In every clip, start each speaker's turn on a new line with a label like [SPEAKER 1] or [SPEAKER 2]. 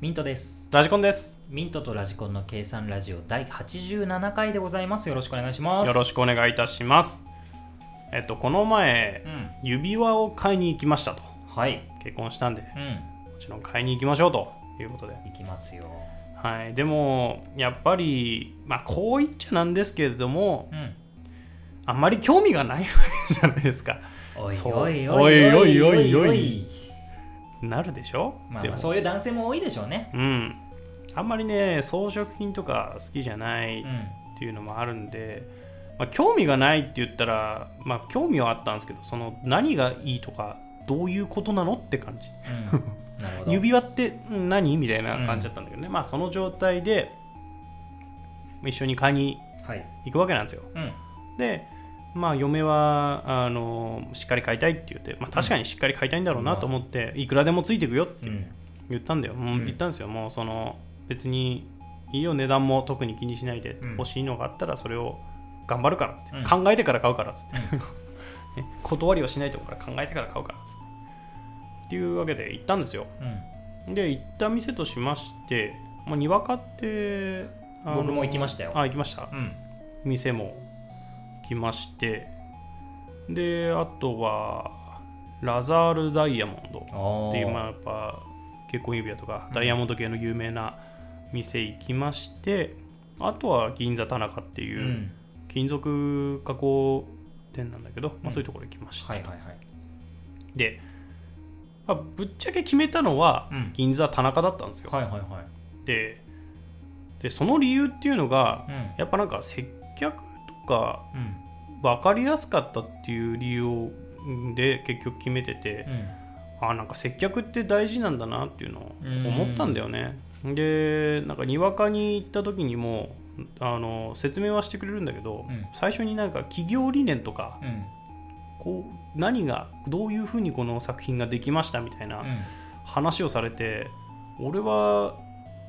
[SPEAKER 1] ミントです。
[SPEAKER 2] ラジコンです。
[SPEAKER 1] ミントとラジコンの計算ラジオ第87回でございます。よろしくお願いします。
[SPEAKER 2] よろし
[SPEAKER 1] く。
[SPEAKER 2] くお願いいたします。えっと、この前
[SPEAKER 1] う、ん。
[SPEAKER 2] 指輪を買いに行きましたと。
[SPEAKER 1] はい。
[SPEAKER 2] 結婚したんで、も
[SPEAKER 1] うん。
[SPEAKER 2] ちろん買いに行きましょうということで。
[SPEAKER 1] いきますよ。
[SPEAKER 2] はい。でも、やっぱり、まあ、こう言っちゃなんですけれども、
[SPEAKER 1] うん。
[SPEAKER 2] あんまり興味がないわけじゃないですか。
[SPEAKER 1] おい
[SPEAKER 2] そう
[SPEAKER 1] おいおいおいおいお
[SPEAKER 2] おいおいおいお
[SPEAKER 1] い
[SPEAKER 2] い。なるでしょ
[SPEAKER 1] まあ
[SPEAKER 2] で
[SPEAKER 1] まあ、
[SPEAKER 2] も
[SPEAKER 1] そういう男性も多いでしょうね。
[SPEAKER 2] うん。あんまりね、装飾品とか好きじゃない
[SPEAKER 1] うん。
[SPEAKER 2] っていうのもあるんで、まあ、興味がないって言ったら、まあ、興味はあったんですけどその何がいいとかどういうことなのって感じ
[SPEAKER 1] うん。なるほど。
[SPEAKER 2] 指輪ってん何みたいな感じだったんだけどね、まあその状態で一緒に買いに
[SPEAKER 1] はい。
[SPEAKER 2] 行くわけなんですよ
[SPEAKER 1] うん。
[SPEAKER 2] でまあ嫁はあのしっかり買いたいって言って、まあ、確かにしっかり買いたいんだろうなと思って、いくらでもついてくよって
[SPEAKER 1] うん。
[SPEAKER 2] 言ったんだよ、もう
[SPEAKER 1] うん
[SPEAKER 2] 言ったんですよもうその別にいいよ値段も特に気にしないで、
[SPEAKER 1] うん
[SPEAKER 2] 欲しいのがあったらそれを頑張るからって、
[SPEAKER 1] うん
[SPEAKER 2] 考えてから買うからっつって、 ね断りをしないとこから考えてから買うからっつってっていうわけで行ったんですよ
[SPEAKER 1] うん。
[SPEAKER 2] で行った店としまして、まあ、にわかってあの
[SPEAKER 1] 僕も行きましたよ。
[SPEAKER 2] あ行きました
[SPEAKER 1] うん。
[SPEAKER 2] 店も来ましてであとはラザールダイヤモンド
[SPEAKER 1] お
[SPEAKER 2] でま
[SPEAKER 1] ー。
[SPEAKER 2] あやっぱ結婚指輪とか
[SPEAKER 1] うん
[SPEAKER 2] ダイヤモンド系の有名な店行きまして、あとは銀座田中って
[SPEAKER 1] う。
[SPEAKER 2] いうん金属加工店なんだけど、
[SPEAKER 1] うん
[SPEAKER 2] まあ、そういうところ行きました、
[SPEAKER 1] はいはいはい。
[SPEAKER 2] で、まあ、ぶっちゃけ決めたのは
[SPEAKER 1] うん
[SPEAKER 2] 銀座田中だったんですよ、
[SPEAKER 1] はいはいはい。
[SPEAKER 2] ででその理由っていうのが
[SPEAKER 1] うん。
[SPEAKER 2] やっぱなんか接客とか
[SPEAKER 1] うん。
[SPEAKER 2] 分かりやすかったっていう理由で結局決めてて、
[SPEAKER 1] うん。
[SPEAKER 2] あなんか接客って大事なんだなっていうのを思ったんだよねでなんかにわかに行った時にもあの説明はしてくれるんだけど、
[SPEAKER 1] うん
[SPEAKER 2] 最初になんか企業理念とか
[SPEAKER 1] うん。
[SPEAKER 2] こう何がどういうふうにこの作品ができましたみたいな
[SPEAKER 1] うん。
[SPEAKER 2] 話をされて、俺は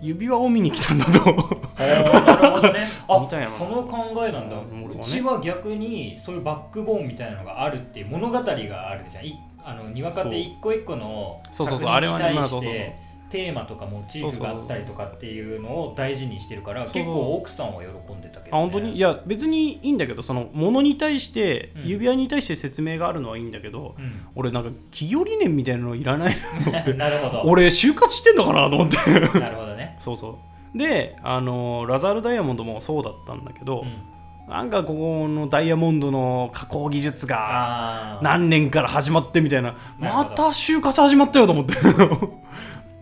[SPEAKER 2] 指輪を見に来たん だと
[SPEAKER 1] あーなるほどね
[SPEAKER 2] みたい
[SPEAKER 1] あ
[SPEAKER 2] な
[SPEAKER 1] その考えなんだ、
[SPEAKER 2] うん俺はね
[SPEAKER 1] うちは逆にそういうバックボーンみたいなのがあるっていう物語があるじゃんいあのにわかって一個一個の
[SPEAKER 2] そう
[SPEAKER 1] 作
[SPEAKER 2] そうそうあれ
[SPEAKER 1] 品に
[SPEAKER 2] はね
[SPEAKER 1] 対
[SPEAKER 2] まあそ
[SPEAKER 1] し
[SPEAKER 2] うそうそう
[SPEAKER 1] てテーマとかモチーフがあったりとかっていうのを大事にしてるから結構奥さんは喜んでたけど、ね、
[SPEAKER 2] あ本当にいや別にいいんだけどそのものに対して
[SPEAKER 1] うん
[SPEAKER 2] 指輪に対して説明があるのはいいんだけど、
[SPEAKER 1] う
[SPEAKER 2] 俺なんか企業理念みたいなのいらない
[SPEAKER 1] ん なるほ
[SPEAKER 2] 俺就活してんのかなと思って
[SPEAKER 1] どなるほどね
[SPEAKER 2] そうそうであのラザールダイヤモンドもそうだったんだけど
[SPEAKER 1] う、ん
[SPEAKER 2] なんかここのダイヤモンドの加工技術が
[SPEAKER 1] ああ
[SPEAKER 2] 何年から始まってみたいな
[SPEAKER 1] なるほ
[SPEAKER 2] ま
[SPEAKER 1] ど
[SPEAKER 2] た就活始まったよと思って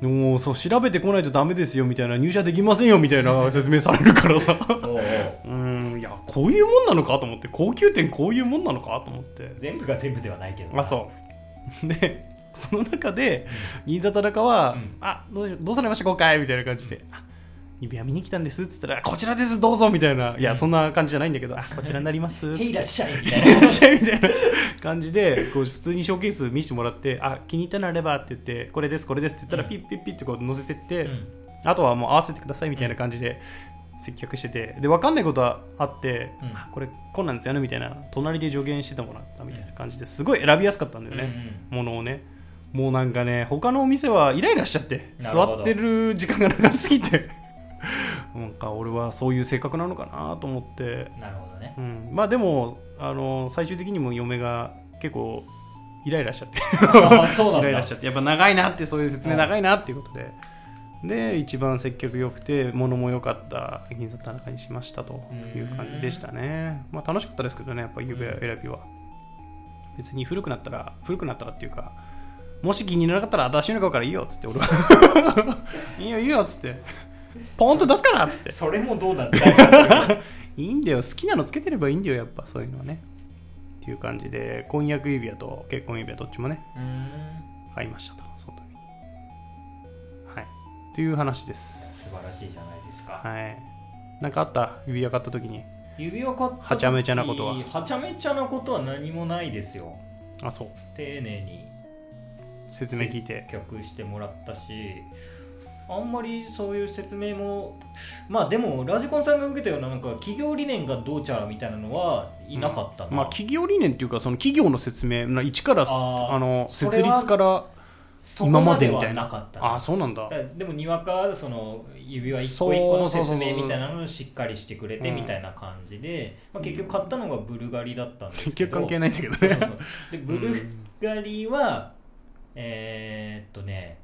[SPEAKER 2] もうそう調べてこないとダメですよみたいな入社できませんよみた いな説明されるからさ
[SPEAKER 1] おうおう
[SPEAKER 2] うーんいやこういうもんなのかと思って高級店こういうもんなのかと思って
[SPEAKER 1] 全部が全部ではないけど
[SPEAKER 2] まあそう。 で、その中で、銀座田中は、
[SPEAKER 1] うん
[SPEAKER 2] あどう、どうされました今回みたいな感じで、あ指輪見に来たんですっつったら、こちらです、どうぞみたいな、いや、そんな感じじゃないんだけど、あこちらになります
[SPEAKER 1] う
[SPEAKER 2] っ
[SPEAKER 1] へ
[SPEAKER 2] つ
[SPEAKER 1] いい
[SPEAKER 2] って
[SPEAKER 1] らっ。しゃいみ たい
[SPEAKER 2] い
[SPEAKER 1] な
[SPEAKER 2] らっしゃいみたいな感じでこう普通にショーケース見せてもらってあ気に入ったのあればって言ってこれですこれですって言ったら
[SPEAKER 1] うん
[SPEAKER 2] ピッピッピッってこう乗せてって、
[SPEAKER 1] うん
[SPEAKER 2] あとはもう合わせてくださいみたいな感じで接客しててで分かんないことはあって、
[SPEAKER 1] うん
[SPEAKER 2] あこれこんなんですよねみたいな隣で助言しててもらったみたいな感じですごい選びやすかったんだよね、ものをねもうなんかね他のお店はイライラしちゃって
[SPEAKER 1] なるほど
[SPEAKER 2] 座ってる時間が長すぎて なんか俺はそういう性格なのかなと思って
[SPEAKER 1] う、んなるほど ね
[SPEAKER 2] うん、まあでもあの最終的にも嫁が結構イライラしちゃって
[SPEAKER 1] あーそうなんだ
[SPEAKER 2] イライラしちゃってやっぱ長いなってそういう説明長いなっていうことで、で一番接客良くて物も良かった銀座田中にしましたという感じでしたね、まあ、楽しかったですけどねやっぱ指輪選びは、別に古くなったら古くなったらっていうかもし気にならなかったら私の買うからいいよっつって俺は いいよいいよっつってポンと出すからっつって
[SPEAKER 1] それもどうなん だ
[SPEAKER 2] いいんだよ好きなのつけてればいいんだよやっぱそういうのはねっていう感じで婚約指輪と結婚指輪どっちもね
[SPEAKER 1] うん
[SPEAKER 2] 買いましたとその時にはいという話です
[SPEAKER 1] 素晴らしいじゃないですか
[SPEAKER 2] はいなんかあった指輪買った時に
[SPEAKER 1] 指輪買った時
[SPEAKER 2] はちゃめちゃなことは
[SPEAKER 1] はちゃめちゃなことは何もないですよ
[SPEAKER 2] あそう
[SPEAKER 1] 丁寧に
[SPEAKER 2] 説明聞いて
[SPEAKER 1] 接客してもらったしあんまりそういう説明もまあでもラジコンさんが受けたようななんか企業理念がどうちゃらみたいなのはいなかったな、
[SPEAKER 2] まあ企業理念っていうかその企業の説明な一から
[SPEAKER 1] あー
[SPEAKER 2] あの
[SPEAKER 1] そ
[SPEAKER 2] 設
[SPEAKER 1] れは
[SPEAKER 2] 立から
[SPEAKER 1] そこまではなかったね、
[SPEAKER 2] ああそうなんだ
[SPEAKER 1] だからでもにわかはその指輪一個一個の
[SPEAKER 2] そう
[SPEAKER 1] 説
[SPEAKER 2] そうそうそう
[SPEAKER 1] 明みたいなのをしっかりしてくれて
[SPEAKER 2] うん
[SPEAKER 1] みたいな感じで、まあ、結局買ったのがブルガリだったんです
[SPEAKER 2] 結
[SPEAKER 1] け
[SPEAKER 2] 局
[SPEAKER 1] ど
[SPEAKER 2] 関係ないんだけど
[SPEAKER 1] そう
[SPEAKER 2] ね
[SPEAKER 1] そうそうで ブルガリは、えー、っとね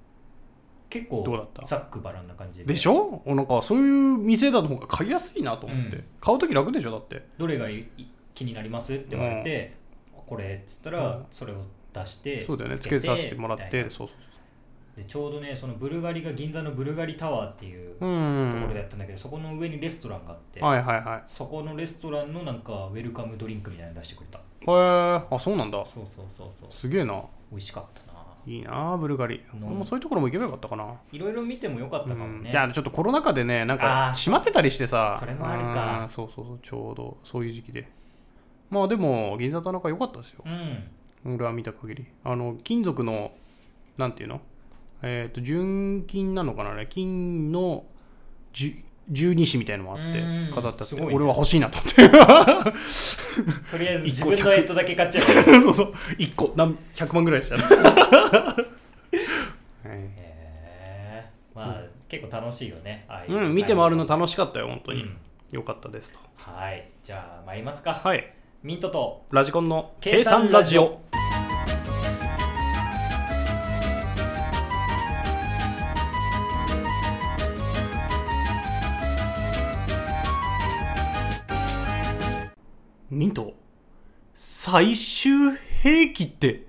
[SPEAKER 1] 結構
[SPEAKER 2] どうだった
[SPEAKER 1] ざっくばらんな感じで
[SPEAKER 2] でしょなんかそういう店だとか買いやすいなと思って、
[SPEAKER 1] うん
[SPEAKER 2] 買う時楽でしょだって
[SPEAKER 1] どれがいい気になりますって言われて、これっつった
[SPEAKER 2] う
[SPEAKER 1] ら
[SPEAKER 2] ん
[SPEAKER 1] それを出して
[SPEAKER 2] そうだよねつけさせてもらっ
[SPEAKER 1] みたい
[SPEAKER 2] て
[SPEAKER 1] な
[SPEAKER 2] そうそう
[SPEAKER 1] でちょうどねそのブルガリが銀座のブルガリタワーっていう
[SPEAKER 2] そうう
[SPEAKER 1] ところ
[SPEAKER 2] ん
[SPEAKER 1] でやったんだけど、そこの上にレストランがあって、
[SPEAKER 2] はいはいはい
[SPEAKER 1] そこのレストランのなんかウェルカムドリンクみたいなの出してくれた
[SPEAKER 2] へえあそうなんだ
[SPEAKER 1] そうそうそうそう
[SPEAKER 2] すげえな
[SPEAKER 1] 美味しかったない
[SPEAKER 2] いなブルガリ、
[SPEAKER 1] うん
[SPEAKER 2] 俺もそういうところも行けばよかったかな、
[SPEAKER 1] いろいろ見てもよかったかも
[SPEAKER 2] うん
[SPEAKER 1] ね、
[SPEAKER 2] いやちょっとコロナ禍でねなんか
[SPEAKER 1] あー
[SPEAKER 2] 閉まってたりしてさ
[SPEAKER 1] それもあるか
[SPEAKER 2] うんそうそうそうちょうどそういう時期でまあでも銀座田中良かったですよ
[SPEAKER 1] うん
[SPEAKER 2] 俺は見た限りあの金属のなんていうのえっ、と純金なのかなあれ金のじゅ十二支みたいのもあっ
[SPEAKER 1] う
[SPEAKER 2] て
[SPEAKER 1] ん
[SPEAKER 2] 飾ってあっ
[SPEAKER 1] す
[SPEAKER 2] て、
[SPEAKER 1] ごいね
[SPEAKER 2] 俺は欲しいなと思っ
[SPEAKER 1] とりあえず自
[SPEAKER 2] 一個
[SPEAKER 1] 分のエットだけ買っちゃう、
[SPEAKER 2] て そうそう1個何100万ぐらいし たら、はい
[SPEAKER 1] へーまあ、結構楽しいよねああいう
[SPEAKER 2] うん見て回るの楽しかったよ本当に、
[SPEAKER 1] うん
[SPEAKER 2] 良かったですと
[SPEAKER 1] はいじゃあ参りますか、
[SPEAKER 2] はい
[SPEAKER 1] ミントと
[SPEAKER 2] ラジコンの計算ラジオミント最終兵器って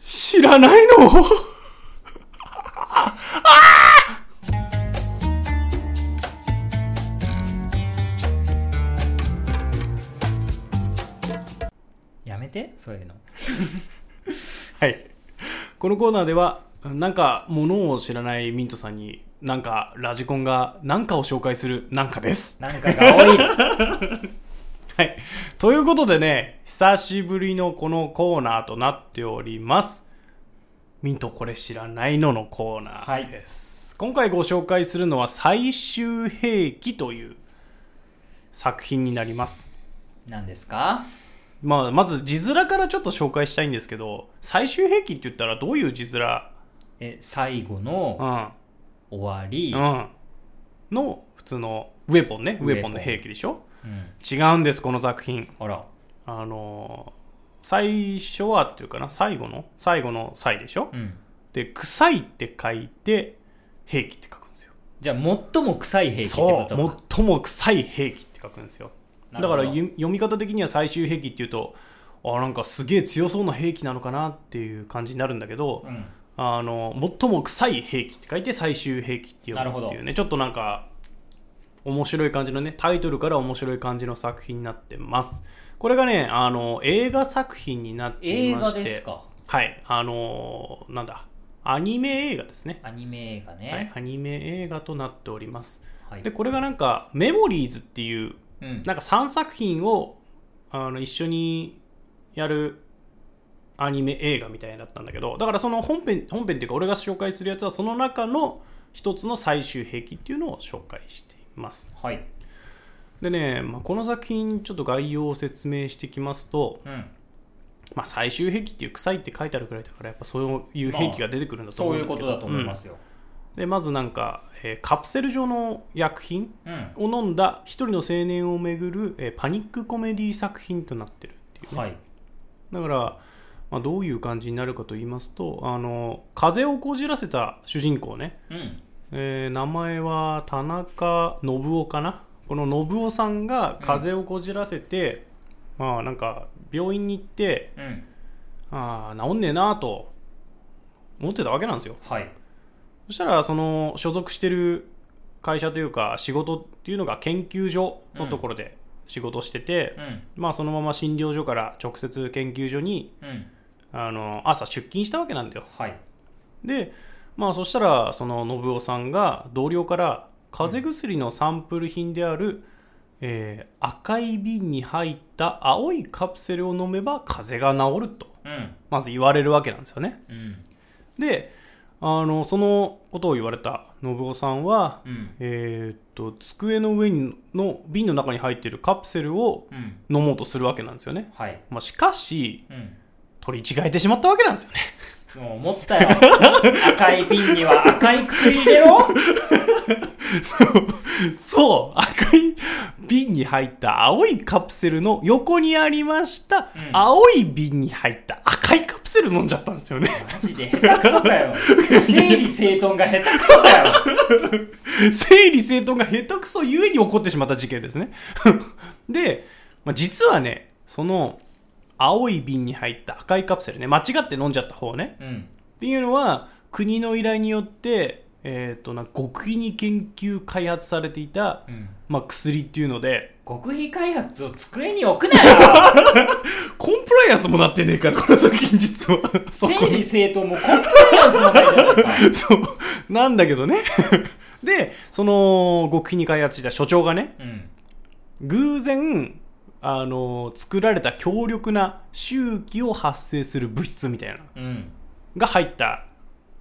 [SPEAKER 2] 知らない の
[SPEAKER 1] やめてそう いうの
[SPEAKER 2] はいこのコーナーではなんか物を知らないミントさんになんかラジコンが何かを紹介するなんかです
[SPEAKER 1] なんかが多い
[SPEAKER 2] はい。ということでね、久しぶりのこのコーナーとなっております。ミントこれ知らないののコーナーです。今回ご紹介するのは最終兵器という作品になります。
[SPEAKER 1] なんですか
[SPEAKER 2] まあ、まず字面からちょっと紹介したいんですけど、最終兵器って言ったらどういう字面
[SPEAKER 1] え最後の
[SPEAKER 2] うん。
[SPEAKER 1] 終わり、
[SPEAKER 2] うん。の普通のウェポンね。ウ
[SPEAKER 1] ウェポン
[SPEAKER 2] ェポンの兵器でし
[SPEAKER 1] うん
[SPEAKER 2] ょ違うんです、この作品。
[SPEAKER 1] あら
[SPEAKER 2] あの最初はっていうかな最後の最後の「最」でしょ、
[SPEAKER 1] うん
[SPEAKER 2] で「臭い」って書いて「兵器」って書くんですよ
[SPEAKER 1] じゃあ最も臭い兵器ってことか
[SPEAKER 2] そう最も臭い兵器って書くんですよだ
[SPEAKER 1] な
[SPEAKER 2] か
[SPEAKER 1] るほ
[SPEAKER 2] ら
[SPEAKER 1] ど
[SPEAKER 2] ゆ読み方的には最終兵器っていうとあなんかすげえ強そうな兵器なのかなっていう感じになるんだけど、
[SPEAKER 1] うん
[SPEAKER 2] あの最も臭い兵器って書いて最終兵器って読むっていうねちょっとなんか面白い感じのねタイトルから面白い感じの作品になってますこれがねあの映画作品になってい
[SPEAKER 1] 映
[SPEAKER 2] ま
[SPEAKER 1] 画
[SPEAKER 2] して
[SPEAKER 1] ですか
[SPEAKER 2] はいあのなんだアニメ映画ですね
[SPEAKER 1] アニメ映画
[SPEAKER 2] はい
[SPEAKER 1] ね、
[SPEAKER 2] アニメ映画となっております
[SPEAKER 1] はい
[SPEAKER 2] でこれがなんかメモリーズっていう
[SPEAKER 1] うん、
[SPEAKER 2] なんか3作品をあの一緒にやるアニメ映画みたいなのだったんだけどだからその本編本編っていうか俺が紹介するやつはその中の一つの最終兵器っていうのを紹介しています
[SPEAKER 1] はい、
[SPEAKER 2] でね、まあ、この作品ちょっと概要を説明していきますと、
[SPEAKER 1] うん、
[SPEAKER 2] まあ、最終兵器っていう臭いって書いてあるくらいだからやっぱそういう兵器が出てくるんだと
[SPEAKER 1] そ
[SPEAKER 2] 思
[SPEAKER 1] う
[SPEAKER 2] う
[SPEAKER 1] い
[SPEAKER 2] ん
[SPEAKER 1] う
[SPEAKER 2] で
[SPEAKER 1] こ
[SPEAKER 2] すけ
[SPEAKER 1] と
[SPEAKER 2] ど
[SPEAKER 1] だと思いま
[SPEAKER 2] うん
[SPEAKER 1] すよ、
[SPEAKER 2] でまずなんか、えーカプセル状の薬品
[SPEAKER 1] うん
[SPEAKER 2] を飲んだ一人の青年をめぐる、えーパニックコメディ作品となってるっていうね、
[SPEAKER 1] はい
[SPEAKER 2] だから、まあ、どういう感じになるかと言いますとあの風邪をこじらせた主人公ね、
[SPEAKER 1] うん
[SPEAKER 2] えー名前は田中信夫かなこの信夫さんが風邪をこじらせて、まあなんか病院に行って
[SPEAKER 1] うん
[SPEAKER 2] ああ治んねえなあと思ってたわけなんですよ
[SPEAKER 1] はい
[SPEAKER 2] そしたらその所属してる会社というか仕事っていうのが研究所のところで仕事してて、
[SPEAKER 1] うん
[SPEAKER 2] まあそのまま診療所から直接研究所に
[SPEAKER 1] うん
[SPEAKER 2] あの朝出勤したわけなんだよ
[SPEAKER 1] はい
[SPEAKER 2] でまあそしたらその信夫さんが同僚から風邪薬のサンプル品である、えー赤い瓶に入った青いカプセルを飲めば風邪が治ると
[SPEAKER 1] うん
[SPEAKER 2] まず言われるわけなんですよね
[SPEAKER 1] うん
[SPEAKER 2] であのそのことを言われた信夫さんは、
[SPEAKER 1] うん
[SPEAKER 2] えーっと机の上にの瓶の中に入っているカプセルを
[SPEAKER 1] うん
[SPEAKER 2] 飲もうとするわけなんですよね、
[SPEAKER 1] はい
[SPEAKER 2] まあ、しかし
[SPEAKER 1] うん
[SPEAKER 2] 取り違えてしまったわけなんですよね
[SPEAKER 1] もう思った よ赤い瓶には赤い薬入れろ
[SPEAKER 2] そう赤い瓶に入った青いカプセルの横にありました、
[SPEAKER 1] うん
[SPEAKER 2] 青い瓶に入った赤いカプセル飲んじゃったんですよね
[SPEAKER 1] マジで下手くそだ よ整理整頓が下手くそだよ
[SPEAKER 2] 整理整頓が下手くそゆえに起こってしまった事件ですね で、まあ、実はねその青い瓶に入った赤いカプセルね間違って飲んじゃった方ね
[SPEAKER 1] うん
[SPEAKER 2] っていうのは国の依頼によって、えー、となんか極秘に研究開発されていた、
[SPEAKER 1] うん
[SPEAKER 2] まあ、薬っていうので
[SPEAKER 1] 極秘開発を机に置くな よ
[SPEAKER 2] コンプライアンスもなってねえからこの作品実はそこ
[SPEAKER 1] 整
[SPEAKER 2] に
[SPEAKER 1] 理整頓もコンプライアンスもないじゃ ないか
[SPEAKER 2] そうなんだけどね でその極秘に開発した所長がね
[SPEAKER 1] うん
[SPEAKER 2] 偶然あの作られた強力な周期を発生する物質みたいなの
[SPEAKER 1] うん
[SPEAKER 2] が入った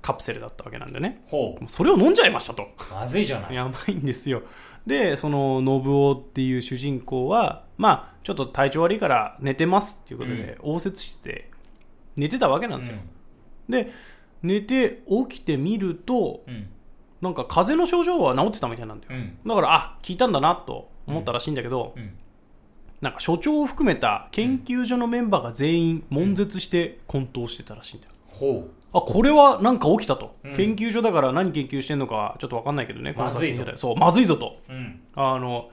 [SPEAKER 2] カプセルだったわけなんだよね
[SPEAKER 1] ほ
[SPEAKER 2] もうそれを飲んじゃいましたと
[SPEAKER 1] うまずいじゃない
[SPEAKER 2] やばいんですよ。で、その、信夫っていう主人公は、まあ、ちょっと体調悪いから寝てますっていうことで、応接してて、寝てたわけなんですよ。で、寝て起きてみると、
[SPEAKER 1] うん
[SPEAKER 2] なんか風邪の症状は治ってたみたいなんだ
[SPEAKER 1] う
[SPEAKER 2] よ。
[SPEAKER 1] ん
[SPEAKER 2] だから、あ、聞いたんだなと思ったらしいんだけど、
[SPEAKER 1] うん
[SPEAKER 2] なんか所長を含めた研究所のメンバーが全員悶絶して混沌してたらしいんだよ。
[SPEAKER 1] ほ
[SPEAKER 2] あ、これはなんか起きたと。
[SPEAKER 1] うん
[SPEAKER 2] 研究所だから何研究してんのかちょっとわかんないけどね、この作品
[SPEAKER 1] まずいぞ
[SPEAKER 2] でそう、まずいぞと。
[SPEAKER 1] ううん
[SPEAKER 2] あの、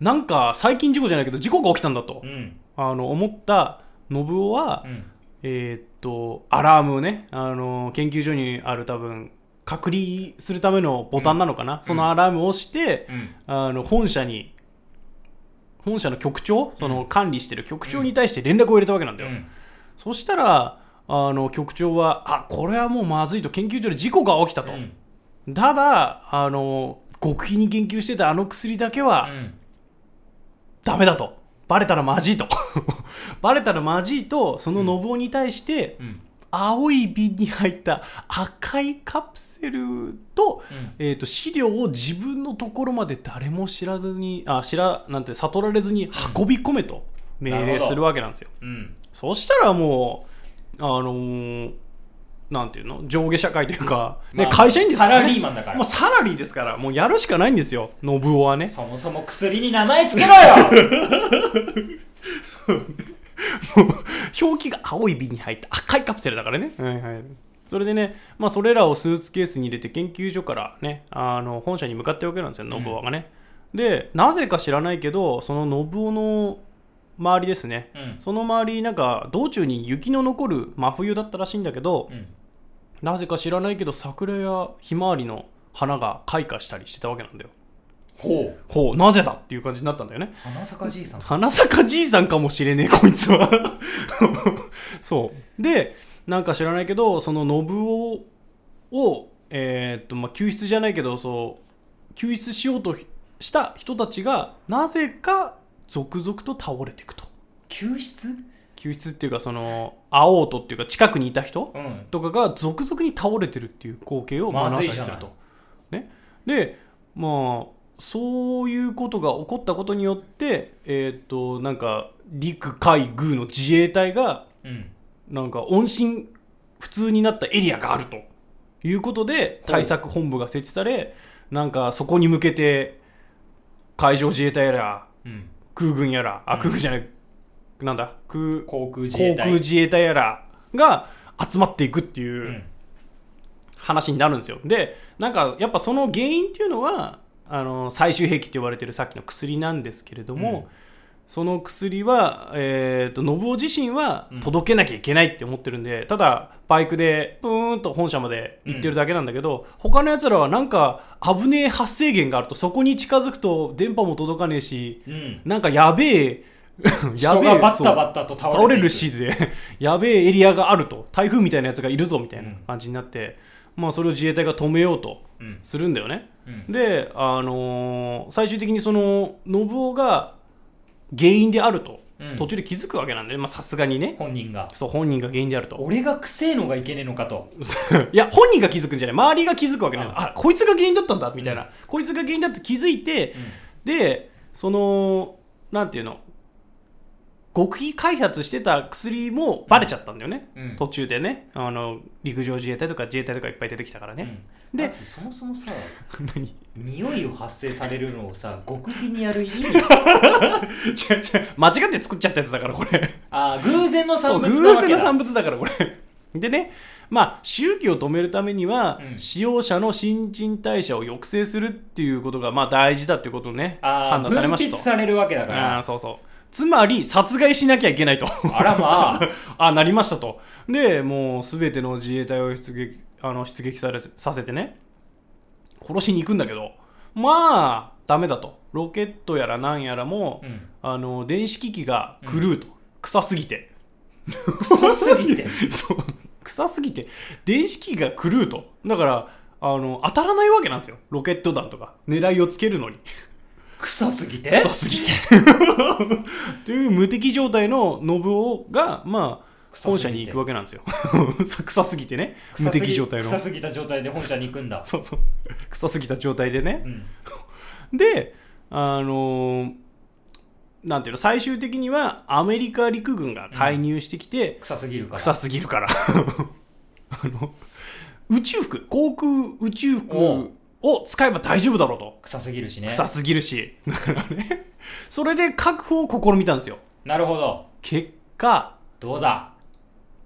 [SPEAKER 2] なんか最近事故じゃないけど事故が起きたんだと
[SPEAKER 1] う、ん
[SPEAKER 2] あの、思った信夫は、
[SPEAKER 1] うん
[SPEAKER 2] えーっと、アラームをね、あの、研究所にある多分、隔離するためのボタンなのかな、そのアラームを押して、
[SPEAKER 1] うん
[SPEAKER 2] あの、本社に、本社の局長、その管理してる局長に対して連絡を入れたわけなんだ
[SPEAKER 1] う
[SPEAKER 2] よ。
[SPEAKER 1] ん
[SPEAKER 2] そしたら、あの、局長は、あ、これはもうまずいと、研究所で事故が起きたと。
[SPEAKER 1] うん
[SPEAKER 2] ただ、あの、極秘に研究してたあの薬だけは、
[SPEAKER 1] うん
[SPEAKER 2] ダメだと。バレたらまじいと。 バレたらまじいと、その信夫に対して、
[SPEAKER 1] うん
[SPEAKER 2] 青い瓶に入った赤いカプセルと、
[SPEAKER 1] うん
[SPEAKER 2] えっ、と、資料を自分のところまで誰も知らずに、あ、知ら、なんて悟られずに運び込めと命
[SPEAKER 1] なる
[SPEAKER 2] 令
[SPEAKER 1] ほど
[SPEAKER 2] するわけなんですよ。
[SPEAKER 1] うん
[SPEAKER 2] そしたらもう、あのーなんていうの上下社会というか、ね
[SPEAKER 1] まあ
[SPEAKER 2] 会社員ですから、ね。
[SPEAKER 1] サラリーマンだから
[SPEAKER 2] もうサラリーですから、もうやるしかないんですよ、信夫はね。
[SPEAKER 1] そもそも薬に名前つけろよ
[SPEAKER 2] もう 表記が青い瓶に入った赤いカプセルだからね。はいはい。それでね、まあ、それらをスーツケースに入れて研究所からね、あの、本社に向かってるわけなんですよ、信夫がね。で、なぜか知らないけど、その信夫の周りですね。
[SPEAKER 1] うん
[SPEAKER 2] その周り、なんか、道中に雪の残る真冬だったらしいんだけど、
[SPEAKER 1] うん
[SPEAKER 2] なぜか知らないけど、桜やひまわりの花が開花したりしてたわけなんだよ。
[SPEAKER 1] ほう
[SPEAKER 2] ほう、なぜだっていう感じになったんだよね。
[SPEAKER 1] 花坂じいさん
[SPEAKER 2] 花坂じいさんかもしれねえ、こいつは。 そう。で、なんか知らないけど、その信夫を、えーっと、まあ、救出じゃないけど、そう、救出しようとひした人たちが、なぜか続々と倒れていくと。
[SPEAKER 1] 救出
[SPEAKER 2] 救出っていうか、その、会おうとっていうか、近くにいた人
[SPEAKER 1] うん
[SPEAKER 2] とかが続々に倒れてるっていう光景を目の当たりにする
[SPEAKER 1] まずいじ
[SPEAKER 2] と。ね、で、まあ、そういうことが起こったことによって、えーっと、なんか、陸海軍の自衛隊が、
[SPEAKER 1] うん
[SPEAKER 2] なんか、音信不通になったエリアがあるということで、
[SPEAKER 1] ほう
[SPEAKER 2] 対策本部が設置され、なんか、そこに向けて、海上自衛隊やら、
[SPEAKER 1] うん
[SPEAKER 2] 空軍やら、あ、
[SPEAKER 1] ん
[SPEAKER 2] 空軍じゃない、なんだ、空、航
[SPEAKER 1] 航空自衛隊
[SPEAKER 2] 空自衛隊やらが集まっていくっていう、
[SPEAKER 1] うん
[SPEAKER 2] 話になるんですよ。で、なんかやっぱその原因っていうのは、あの、最終兵器って言われてるさっきの薬なんですけれども、
[SPEAKER 1] うん
[SPEAKER 2] その薬は、えっ、と、信夫自身は
[SPEAKER 1] うん
[SPEAKER 2] 届けなきゃいけないって思ってるんで、ただ、バイクで、プーンと本社まで行ってるだけなんだけど、他の奴らはなんか、危ねえ発生源があると、そこに近づくと電波も届かねえし、
[SPEAKER 1] うん
[SPEAKER 2] なんかやべえ、や
[SPEAKER 1] 人
[SPEAKER 2] べえ、
[SPEAKER 1] がバッ
[SPEAKER 2] そう
[SPEAKER 1] タバッタと倒れ
[SPEAKER 2] 倒れ
[SPEAKER 1] てい
[SPEAKER 2] る
[SPEAKER 1] く
[SPEAKER 2] シーズで やべえエリアがあると台風みたいなやつがいるぞみたいな感じになって、まあ、それを自衛隊が止めようと
[SPEAKER 1] うん
[SPEAKER 2] するんだよね、
[SPEAKER 1] うん
[SPEAKER 2] で、あのー最終的にその信夫が原因であると、
[SPEAKER 1] うん
[SPEAKER 2] 途中で気づくわけなんでまあさすがにね
[SPEAKER 1] 本人が
[SPEAKER 2] そう本人が原因であると
[SPEAKER 1] 俺がくせえのがいけねえのかと
[SPEAKER 2] いや本人が気づくんじゃない周りが気づくわけない
[SPEAKER 1] あ
[SPEAKER 2] あこいつが原因だったんだみたいな、こいつが原因だって気づいて、でそのなんていうの極秘開発してた薬もバレちゃったんだよね、
[SPEAKER 1] うん
[SPEAKER 2] 途中でねあの陸上自衛隊とか自衛隊とかいっぱい出てきたからね、
[SPEAKER 1] うん
[SPEAKER 2] で
[SPEAKER 1] だしそもそもさ
[SPEAKER 2] 何
[SPEAKER 1] 匂いを発生されるのをさ極秘にやる意味
[SPEAKER 2] 違う違う間違って作っちゃったやつだからこれ
[SPEAKER 1] あー偶然の産
[SPEAKER 2] そう
[SPEAKER 1] 物
[SPEAKER 2] 偶
[SPEAKER 1] なわ
[SPEAKER 2] 然
[SPEAKER 1] け
[SPEAKER 2] の
[SPEAKER 1] だ
[SPEAKER 2] 産物だからこれでねまあ周期を止めるためには、
[SPEAKER 1] うん
[SPEAKER 2] 使用者の新陳代謝を抑制するっていうことがまあ大事だっていうことをね
[SPEAKER 1] あ
[SPEAKER 2] 判
[SPEAKER 1] ー
[SPEAKER 2] 断され
[SPEAKER 1] 分
[SPEAKER 2] ま
[SPEAKER 1] 泌
[SPEAKER 2] したと
[SPEAKER 1] されるわけだか
[SPEAKER 2] あー
[SPEAKER 1] ら
[SPEAKER 2] そうそうつまり殺害しなきゃいけないと
[SPEAKER 1] あらまあ
[SPEAKER 2] あなりましたとでもう全ての自衛隊を出撃あの出撃されさせてね殺しに行くんだけどまあダメだとロケットやらなんやらも、
[SPEAKER 1] うん
[SPEAKER 2] あの電子機器が狂うと、臭すぎて
[SPEAKER 1] 臭すぎて
[SPEAKER 2] そう臭すぎて電子機器が狂うとだからあの当たらないわけなんですよロケット弾とか狙いをつけるのに
[SPEAKER 1] 臭すぎて
[SPEAKER 2] 臭すぎて という無敵状態の信夫がまあ
[SPEAKER 1] 臭すぎて
[SPEAKER 2] 本社に行くわけなんですよ そう臭すぎてね
[SPEAKER 1] 臭
[SPEAKER 2] 無
[SPEAKER 1] すぎ
[SPEAKER 2] 敵状態の
[SPEAKER 1] 臭すぎた状態で本社に行くんだ
[SPEAKER 2] そうそう臭すぎた状態でね
[SPEAKER 1] う、ん
[SPEAKER 2] であのーなんていうの最終的にはアメリカ陸軍が介入してきて、
[SPEAKER 1] 臭すぎるから
[SPEAKER 2] 臭すぎるから あの宇宙服航空宇宙服を使えば大丈夫だろうと
[SPEAKER 1] 臭すぎるしね
[SPEAKER 2] 臭すぎるしだからねそれで確保を試みたんですよ
[SPEAKER 1] なるほど
[SPEAKER 2] 結果
[SPEAKER 1] どうだ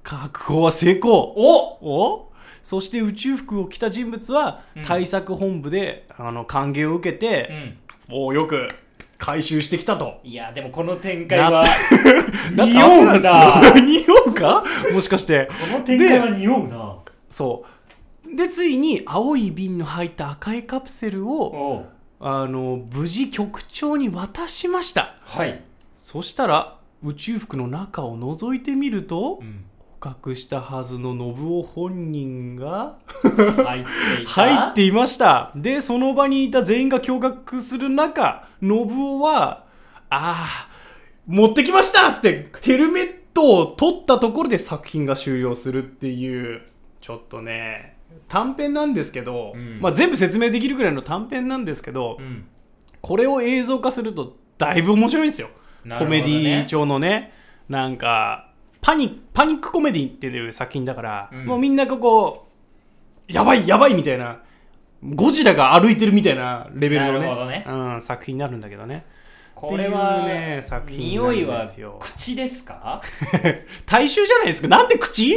[SPEAKER 2] 確保は成功
[SPEAKER 1] お
[SPEAKER 2] おそして宇宙服を着た人物は
[SPEAKER 1] うん
[SPEAKER 2] 対策本部で、あの歓迎を受け
[SPEAKER 1] う
[SPEAKER 2] て、
[SPEAKER 1] ん
[SPEAKER 2] もうよく回収してきたと
[SPEAKER 1] いやでもこの展開 は
[SPEAKER 2] だって
[SPEAKER 1] 匂うんだ
[SPEAKER 2] あれなんですよ匂う かもしかして
[SPEAKER 1] この展開は匂う な
[SPEAKER 2] そうでついに青い瓶の入った赤いカプセルを
[SPEAKER 1] おう
[SPEAKER 2] あの無事局長に渡しました
[SPEAKER 1] はい、
[SPEAKER 2] そしたら宇宙服の中を覗いてみると、
[SPEAKER 1] うん、
[SPEAKER 2] 捕獲したはずの信夫本人が
[SPEAKER 1] 入っていた
[SPEAKER 2] 入っていましたでその場にいた全員が驚愕する中信夫は「ああ持ってきました!」っつってヘルメットを取ったところで作品が終了するっていうちょっとね短編なんですけど、
[SPEAKER 1] うん
[SPEAKER 2] まあ、全部説明できるぐらいの短編なんですけど、
[SPEAKER 1] うん
[SPEAKER 2] これを映像化するとだいぶ面白いんですよ、
[SPEAKER 1] なる
[SPEAKER 2] コ
[SPEAKER 1] ほどね
[SPEAKER 2] メディ調のねなんかパニパニックコメディっていう作品だから、
[SPEAKER 1] うん
[SPEAKER 2] もうみんながこうやばいやばいみたいなゴジラが歩いてるみたいなレベルの
[SPEAKER 1] なるほど
[SPEAKER 2] ね
[SPEAKER 1] ね
[SPEAKER 2] うん、作品になるんだけどね
[SPEAKER 1] これは
[SPEAKER 2] っていうね作品な
[SPEAKER 1] 匂
[SPEAKER 2] ん
[SPEAKER 1] い
[SPEAKER 2] で
[SPEAKER 1] は
[SPEAKER 2] すよ
[SPEAKER 1] 口ですか
[SPEAKER 2] 大衆じゃないですかなんで口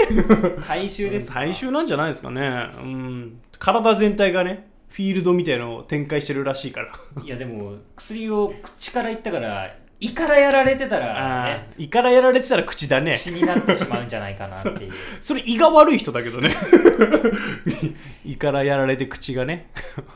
[SPEAKER 1] 体臭ですか
[SPEAKER 2] 大衆なんじゃないですかね、うん、体全体がねフィールドみたいのを展開してるらしいから
[SPEAKER 1] いやでも薬を口からいったから胃からやられてたら
[SPEAKER 2] あ
[SPEAKER 1] ね
[SPEAKER 2] ー胃からやられてたら口だね
[SPEAKER 1] 血になってしまうんじゃないかなっていう
[SPEAKER 2] それ胃が悪い人だけどね 胃からやられて口がね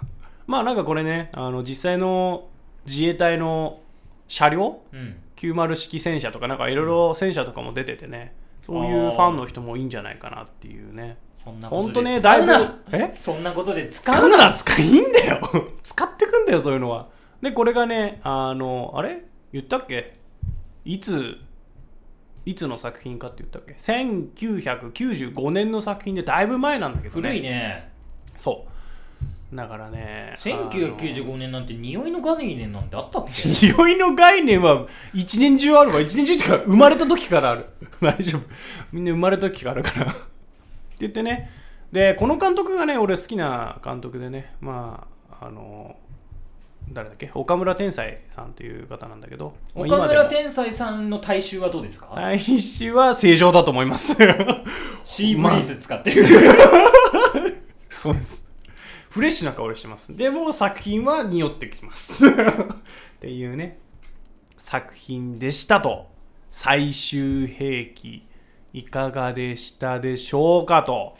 [SPEAKER 2] まあなんかこれねあの実際の自衛隊の車両
[SPEAKER 1] うん
[SPEAKER 2] 90式戦車とかなんかいろいろ戦車とかも出ててねそういうファンの人もいいんじゃないかなっていうね
[SPEAKER 1] そんなこ
[SPEAKER 2] ほん
[SPEAKER 1] と
[SPEAKER 2] と
[SPEAKER 1] で
[SPEAKER 2] ね
[SPEAKER 1] 使う
[SPEAKER 2] だいぶ
[SPEAKER 1] な
[SPEAKER 2] え
[SPEAKER 1] そんなことで使
[SPEAKER 2] 使
[SPEAKER 1] う
[SPEAKER 2] うな
[SPEAKER 1] な
[SPEAKER 2] ら使いいんだよ 使ってくんだよそういうのはでこれがねあのあれ言ったっけいついつの作品かって言ったっけ1995年の作品でだいぶ前なんだけどね
[SPEAKER 1] 古いね
[SPEAKER 2] そうだからねあの
[SPEAKER 1] 1995年なんて匂いの概念なんてあったっけ
[SPEAKER 2] 匂 いの概念は一年中あるわ一年中っていうか生まれた時からある 大丈夫みんな生まれた時からあるからって言ってねでこの監督がね俺好きな監督でねまああの誰だっけ岡村天才さんという方なんだけどまあ
[SPEAKER 1] 岡
[SPEAKER 2] 今
[SPEAKER 1] 村
[SPEAKER 2] でも
[SPEAKER 1] 天才さんの体臭はどうですか
[SPEAKER 2] 大使は正常だと思います
[SPEAKER 1] シーブ
[SPEAKER 2] まあ
[SPEAKER 1] リーズ使ってる
[SPEAKER 2] そうです。フレッシュな香りしてます。でも作品は匂ってきます。 っていうね、作品でしたと。最終兵器、いかがでしたでしょうかと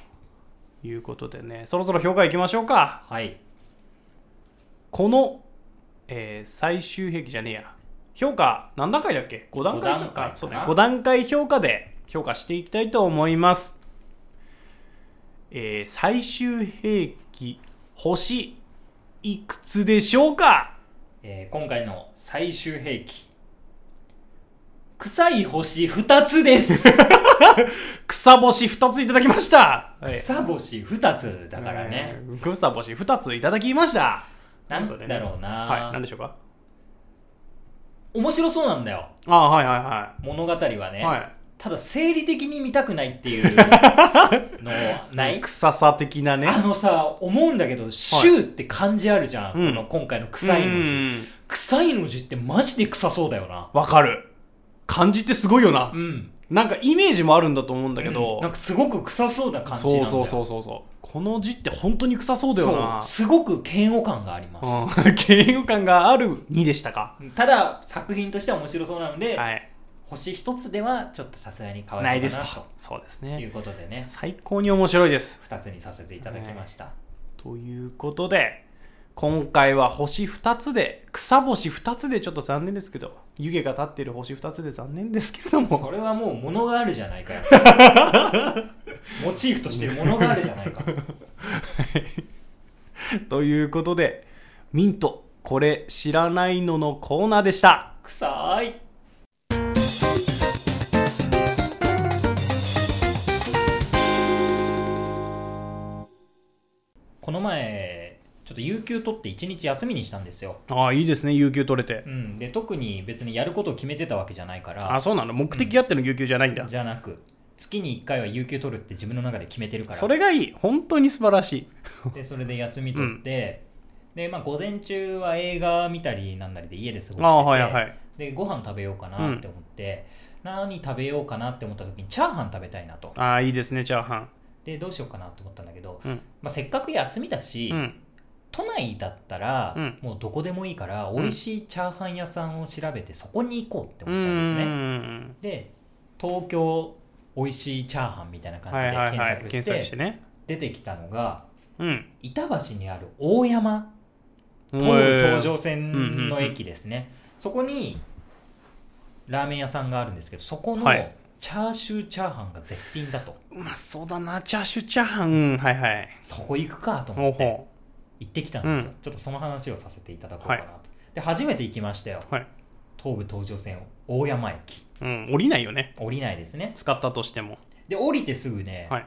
[SPEAKER 2] いうことでね、そろそろ評価いきましょうか。
[SPEAKER 1] はい
[SPEAKER 2] この、えー最終兵器じゃねえや。評価、何段階だっけ ?5 段階評
[SPEAKER 1] 五段階か
[SPEAKER 2] 価
[SPEAKER 1] な。
[SPEAKER 2] そうね。5段階評価で評価していきたいと思います。えー最終兵器、星、いくつでしょうか
[SPEAKER 1] えー今回の最終兵器臭い星2つです
[SPEAKER 2] 草星2ついただきました、はい
[SPEAKER 1] 草星2つだからね、。
[SPEAKER 2] えー草星2ついただきました。
[SPEAKER 1] なんだろうな、
[SPEAKER 2] はい、何でしょうか
[SPEAKER 1] 面白そうなんだよ
[SPEAKER 2] ああはいはいは
[SPEAKER 1] 物語はね、
[SPEAKER 2] い、は
[SPEAKER 1] ただ生理的に見たくないっていうの ない
[SPEAKER 2] い、臭さ的なね
[SPEAKER 1] あのさ思うんだけど「臭」って漢字あるじゃん、
[SPEAKER 2] うん
[SPEAKER 1] この今回の「臭い」の
[SPEAKER 2] う
[SPEAKER 1] 字
[SPEAKER 2] ん
[SPEAKER 1] 「臭い」の字ってマジで臭そうだよな
[SPEAKER 2] わかる感じってすごいよな、
[SPEAKER 1] うん
[SPEAKER 2] なんかイメージもあるんだと思うんだ
[SPEAKER 1] だ
[SPEAKER 2] けど、
[SPEAKER 1] なんかすごく臭そうな感じなんだ
[SPEAKER 2] そ
[SPEAKER 1] よ
[SPEAKER 2] うそうそうそうそうこの字って本当に臭そうだよな
[SPEAKER 1] そうすごく嫌悪感があります、
[SPEAKER 2] うん敬語感がある2でしたか
[SPEAKER 1] ただ作品としては面白そうなので、
[SPEAKER 2] はい
[SPEAKER 1] 星一つではちょっとさすがにかわ
[SPEAKER 2] ないい
[SPEAKER 1] そ
[SPEAKER 2] で
[SPEAKER 1] う
[SPEAKER 2] す
[SPEAKER 1] か
[SPEAKER 2] とそうです
[SPEAKER 1] なとい
[SPEAKER 2] ね
[SPEAKER 1] うことでね
[SPEAKER 2] 最高に面白いです
[SPEAKER 1] 2つにさせていただきました、
[SPEAKER 2] ということで今回は星2つで草星2つでちょっと残念ですけど湯気が立っている星2つで残念ですけれども
[SPEAKER 1] それはもう物があるじゃないかよモチーフとしてるものがあるじゃない か
[SPEAKER 2] ということでミントこれ知らないののコーナーでした
[SPEAKER 1] 臭いこの前ちょっと有給取って1日休みにしたんですよ、
[SPEAKER 2] ああいいですね有給取れて
[SPEAKER 1] うん、で特に別にやることを決めてたわけじゃないから
[SPEAKER 2] あそうなの目的あっての有給じゃないんだ、
[SPEAKER 1] じゃなく月に1回は有給取るって自分の中で決めてるから
[SPEAKER 2] それがいい本当に素晴らしい
[SPEAKER 1] でそれで休み取って、でまあ、午前中は映画見たりなんなりで家で過ごしてて
[SPEAKER 2] ああはいはいはい
[SPEAKER 1] でご飯食べようかなって思って、何食べようかなって思った時にチャーハン食べたいなと
[SPEAKER 2] ああいいですねチャーハン
[SPEAKER 1] でどうしようかなと思ったんだけど、
[SPEAKER 2] うん
[SPEAKER 1] まあ、せっかく休みだし、
[SPEAKER 2] うん
[SPEAKER 1] 都内だったら、
[SPEAKER 2] うん
[SPEAKER 1] もうどこでもいいから美味しいチャーハン屋さんを調べてそこに行こうって
[SPEAKER 2] う
[SPEAKER 1] 思ったんですね、
[SPEAKER 2] ーん
[SPEAKER 1] で東京美味しいチャーハンみたいな感
[SPEAKER 2] はいはい
[SPEAKER 1] じで
[SPEAKER 2] はい
[SPEAKER 1] 検
[SPEAKER 2] 検
[SPEAKER 1] 索
[SPEAKER 2] 索
[SPEAKER 1] し
[SPEAKER 2] しててね
[SPEAKER 1] 出てきたのが
[SPEAKER 2] うん
[SPEAKER 1] 板橋にある大山
[SPEAKER 2] 東
[SPEAKER 1] 東武東上線の駅ですね、そこにラーメン屋さんがあるんですけどそこの
[SPEAKER 2] はい
[SPEAKER 1] チャーシューチャーハンが絶品だと、
[SPEAKER 2] うまそうだなチャーシューチャーハンうんはいはい
[SPEAKER 1] そこ行くかと思
[SPEAKER 2] ほう
[SPEAKER 1] って
[SPEAKER 2] ほ
[SPEAKER 1] 行ってきたんですよ、
[SPEAKER 2] う
[SPEAKER 1] ちょっとその話をさせていただこうかなと、で初めて行きましたよ
[SPEAKER 2] うはい
[SPEAKER 1] 東武東上線大山駅
[SPEAKER 2] うん降りないよね
[SPEAKER 1] 降りないですね
[SPEAKER 2] 使ったとしても
[SPEAKER 1] で降りてすぐね、
[SPEAKER 2] はい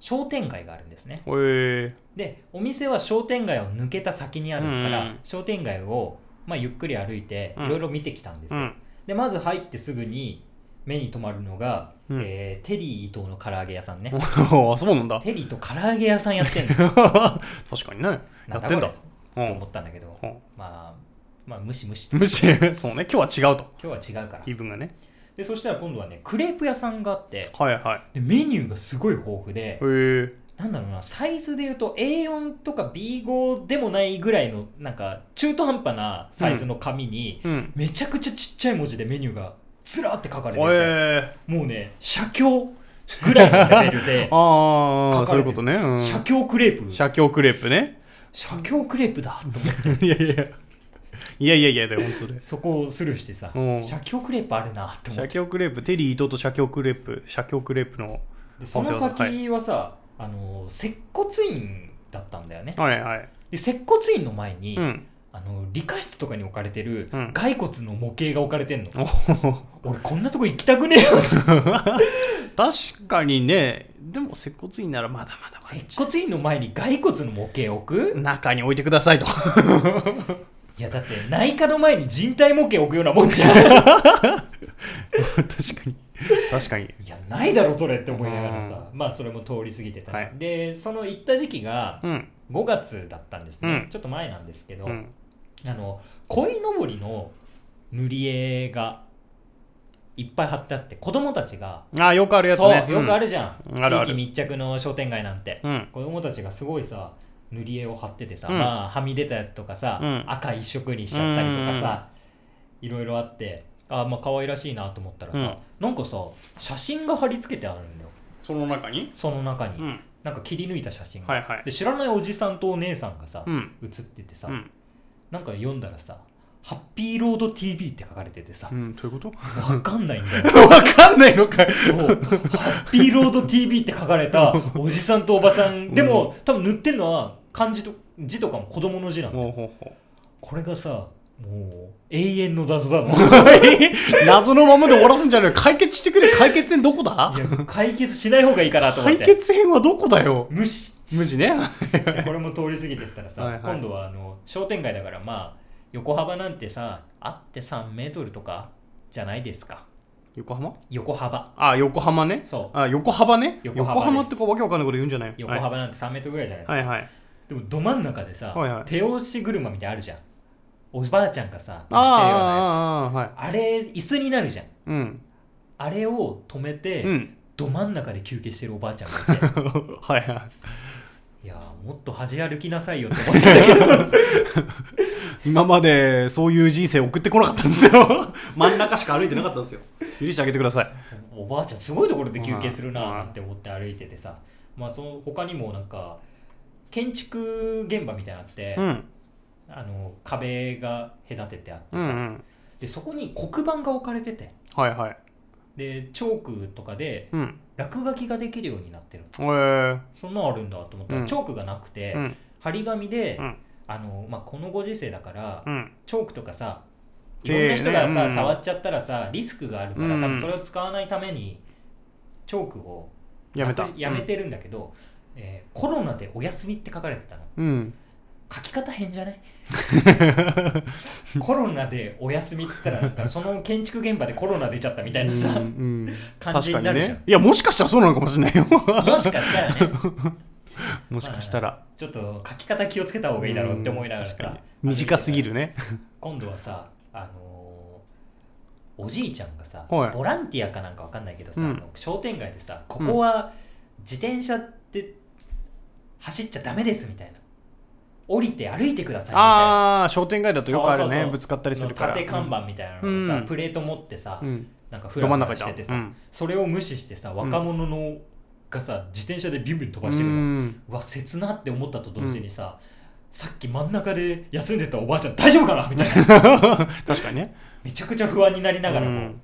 [SPEAKER 1] 商店街があるんですね
[SPEAKER 2] へえ
[SPEAKER 1] でお店は商店街を抜けた先にあるか
[SPEAKER 2] うんう
[SPEAKER 1] ら
[SPEAKER 2] ん
[SPEAKER 1] 商店街を、まあ、ゆっくり歩いて
[SPEAKER 2] うん
[SPEAKER 1] いろいろ見てきたんです
[SPEAKER 2] う
[SPEAKER 1] よ、
[SPEAKER 2] ん
[SPEAKER 1] でまず入ってすぐに目に留まるのが、
[SPEAKER 2] うん
[SPEAKER 1] えーテリー伊藤の唐揚げ屋さんね
[SPEAKER 2] おーそうなんだ
[SPEAKER 1] テリーと唐揚げ屋さんやってんの
[SPEAKER 2] 確かにねやってんだ
[SPEAKER 1] こ
[SPEAKER 2] う
[SPEAKER 1] れと思
[SPEAKER 2] ん
[SPEAKER 1] ったんだけど、
[SPEAKER 2] うん
[SPEAKER 1] まあまあ無視無視
[SPEAKER 2] むしろ そうね今日は違うと
[SPEAKER 1] 今日は違うから
[SPEAKER 2] 気分がね
[SPEAKER 1] でそしたら今度はねクレープ屋さんがあって
[SPEAKER 2] はいはい
[SPEAKER 1] でメニューがすごい豊富で
[SPEAKER 2] へえ
[SPEAKER 1] なんだろうなサイズでいうと A4 とか B5 でもないぐらいのなんか中途半端なサイズの紙に、
[SPEAKER 2] うん
[SPEAKER 1] めちゃくちゃちっちゃい文字でメニューがずらーって書かれて
[SPEAKER 2] お
[SPEAKER 1] て
[SPEAKER 2] え
[SPEAKER 1] もうね写経ぐらいのレベル で
[SPEAKER 2] あ
[SPEAKER 1] 書
[SPEAKER 2] あ
[SPEAKER 1] か
[SPEAKER 2] そ
[SPEAKER 1] れて
[SPEAKER 2] う
[SPEAKER 1] る
[SPEAKER 2] いうことねうん
[SPEAKER 1] 写経クレープ
[SPEAKER 2] 写経クレープね
[SPEAKER 1] 写経クレープだと思って
[SPEAKER 2] いやいやいやいやいやだよ本当で
[SPEAKER 1] そこをスルーしてさ
[SPEAKER 2] うん
[SPEAKER 1] 写経クレープあるなって思っ
[SPEAKER 2] 社
[SPEAKER 1] て
[SPEAKER 2] 協クレープテリー伊藤と社協クレープ社協クレープの
[SPEAKER 1] でその
[SPEAKER 2] はい
[SPEAKER 1] 先はさ、あの接骨院だったんだよね
[SPEAKER 2] はいはい
[SPEAKER 1] で接骨院の前に、
[SPEAKER 2] うん
[SPEAKER 1] あの理科室とかに置かれてる
[SPEAKER 2] うん
[SPEAKER 1] 骸骨の模型が置かれてんの、
[SPEAKER 2] おほほ
[SPEAKER 1] 俺こんなとこ行きたくねえ よ
[SPEAKER 2] 確かにねでも接骨院ならまだまだま
[SPEAKER 1] 接骨院の前に骸骨の模型置く
[SPEAKER 2] だ中に置いてくださ いと
[SPEAKER 1] いやだって内科の前に人体模型置くようなもんじゃ ん
[SPEAKER 2] 確かに確かに
[SPEAKER 1] いやないだろそれって思いながらさ、まあそれも通り過ぎてた、
[SPEAKER 2] はい
[SPEAKER 1] でその行った時期が
[SPEAKER 2] うん
[SPEAKER 1] 5月だったんですね、
[SPEAKER 2] うん
[SPEAKER 1] ちょっと前なんですけど、
[SPEAKER 2] うん
[SPEAKER 1] あの鯉のぼりの塗り絵がいっぱい貼ってあって子供たちが、
[SPEAKER 2] あよくあるやつ
[SPEAKER 1] そう
[SPEAKER 2] ね
[SPEAKER 1] よくあ
[SPEAKER 2] る
[SPEAKER 1] るじゃん、
[SPEAKER 2] うんあるある
[SPEAKER 1] 地域密着の商店街なんて、
[SPEAKER 2] うん
[SPEAKER 1] 子供たちがすごいさ塗り絵を貼っててさ、
[SPEAKER 2] うん
[SPEAKER 1] まあはみ出たやつとかさ、
[SPEAKER 2] うん
[SPEAKER 1] 赤一色にしちゃったりとかさ、いろいろあってあまあ可愛らしいなと思ったらさ、
[SPEAKER 2] うん
[SPEAKER 1] なんかさ写真が貼り付けてあるんだよ
[SPEAKER 2] その中に
[SPEAKER 1] その中に、
[SPEAKER 2] うん
[SPEAKER 1] なんか切り抜いた写真が、
[SPEAKER 2] はいはい
[SPEAKER 1] で知らないおじさんとお姉さんがさ、
[SPEAKER 2] うん
[SPEAKER 1] 写っててさ、
[SPEAKER 2] うん
[SPEAKER 1] なんか読んだらさ「ハッピーロード TV」って書かれててさ
[SPEAKER 2] うんどういうこと
[SPEAKER 1] わかんないんだよ
[SPEAKER 2] わかんないのかい
[SPEAKER 1] そうハッピーロード TV って書かれたおじさんとおばさんでも多分塗ってんのは漢字と字とかも子供の字なの
[SPEAKER 2] ほうほうほ
[SPEAKER 1] これがさもう永遠の謎だの
[SPEAKER 2] う謎のままで終わらすんじゃない解決して くれ解決編どこだ
[SPEAKER 1] いや解決しない方がいいかなと思っ
[SPEAKER 2] 解
[SPEAKER 1] て
[SPEAKER 2] 決編はどこだよ
[SPEAKER 1] 無視
[SPEAKER 2] 無事ね
[SPEAKER 1] これも通り過ぎてったらさ
[SPEAKER 2] はいはい
[SPEAKER 1] 今度はあの商店街だからまあ横幅なんてさあって3メートルとかじゃないですか
[SPEAKER 2] 横浜
[SPEAKER 1] 横幅
[SPEAKER 2] あ、横浜ね。
[SPEAKER 1] そ
[SPEAKER 2] あ、横浜ね。
[SPEAKER 1] 横
[SPEAKER 2] 横
[SPEAKER 1] 浜
[SPEAKER 2] 浜
[SPEAKER 1] です
[SPEAKER 2] ってこうわけわかんないこと言うんじゃないよ
[SPEAKER 1] 横幅なんて3メートルぐらいじゃないですか、
[SPEAKER 2] はい、はいはい。
[SPEAKER 1] でもど真ん中でさ、
[SPEAKER 2] はいはい
[SPEAKER 1] 手押し車みたいなのあるじゃんおばあちゃんがさ
[SPEAKER 2] ああ
[SPEAKER 1] してるようなや
[SPEAKER 2] ああああ、はい
[SPEAKER 1] つ。あれ椅子になるじゃん
[SPEAKER 2] うん。
[SPEAKER 1] あれを止めて、
[SPEAKER 2] うん。
[SPEAKER 1] ど真ん中で休憩してるおばあちゃんがいて
[SPEAKER 2] はいはい
[SPEAKER 1] やーもっと端歩きなさいよって思ってたけど
[SPEAKER 2] い。今までそういう人生送ってこなかったんですよ。 真ん中しか歩いてなかったんですよ。許してあげてください。
[SPEAKER 1] おばあちゃんすごいところで休憩するなーって思って歩いててさ、まあその他にもなんか建築現場みたいなのあって、
[SPEAKER 2] うん。
[SPEAKER 1] あの壁が隔ててあって
[SPEAKER 2] うん
[SPEAKER 1] さ、
[SPEAKER 2] うん。
[SPEAKER 1] でそこに黒板が置かれてて
[SPEAKER 2] はいはい。
[SPEAKER 1] でチョークとかで
[SPEAKER 2] うん。
[SPEAKER 1] 落書きができるようになってる
[SPEAKER 2] えー。
[SPEAKER 1] そんなのあるんだと思ったら、
[SPEAKER 2] うん
[SPEAKER 1] チョークがなくて、
[SPEAKER 2] うん。
[SPEAKER 1] 張り紙で、
[SPEAKER 2] うん
[SPEAKER 1] あのまあ、このご時世だから、
[SPEAKER 2] うん。
[SPEAKER 1] チョークとかさい
[SPEAKER 2] 手
[SPEAKER 1] ろんな人が
[SPEAKER 2] ね
[SPEAKER 1] さ、
[SPEAKER 2] うん
[SPEAKER 1] 触っちゃったらさリスクがあるから、
[SPEAKER 2] うん
[SPEAKER 1] 多分それを使わないためにチョークを
[SPEAKER 2] やめた。
[SPEAKER 1] なくやめてるんだけど、えーコロナでお休みって書かれてたの
[SPEAKER 2] うん。
[SPEAKER 1] 書き方変じゃ ないコロナでお休みっつったらなんかその建築現場でコロナ出ちゃったみたいなさ、
[SPEAKER 2] うんうん。
[SPEAKER 1] 感じになるじゃん
[SPEAKER 2] 確かにね。いや、もしかしたらそうなのかもしれ ないよ。
[SPEAKER 1] もしかしたらね
[SPEAKER 2] もしかしたら。
[SPEAKER 1] ちょっと書き方気をつけた方がいいだろうって思いながら
[SPEAKER 2] うん確
[SPEAKER 1] さ
[SPEAKER 2] かに短すぎるね。
[SPEAKER 1] 今度はさあのーおじいちゃんがさ、
[SPEAKER 2] はい
[SPEAKER 1] ボランティアかなんかわかんないけどさ、
[SPEAKER 2] うん
[SPEAKER 1] あの商店街でさここは自転車って走っちゃダメですみたいな降りて歩いてくださいみたいな
[SPEAKER 2] ああ、商店街だとよくある
[SPEAKER 1] そうそう
[SPEAKER 2] ね。
[SPEAKER 1] そう
[SPEAKER 2] ぶつかったりするから。
[SPEAKER 1] 縦看板みたいなのをさ、
[SPEAKER 2] うん
[SPEAKER 1] プレート持ってさ、
[SPEAKER 2] うん。
[SPEAKER 1] なんかフ
[SPEAKER 2] ど
[SPEAKER 1] ラ
[SPEAKER 2] 真ん
[SPEAKER 1] フ
[SPEAKER 2] 中
[SPEAKER 1] ラ
[SPEAKER 2] いた
[SPEAKER 1] しててさ、
[SPEAKER 2] うん
[SPEAKER 1] それを無視してさ若者の、がさ自転車でビュンビュン飛ばしてくるの、
[SPEAKER 2] うん
[SPEAKER 1] うわ切なって思ったと同時にさ、さっき真ん中で休んでたおばあちゃん大丈夫かなみたい な
[SPEAKER 2] 確かにね。
[SPEAKER 1] めちゃくちゃ不安になりながら
[SPEAKER 2] う
[SPEAKER 1] も、
[SPEAKER 2] ん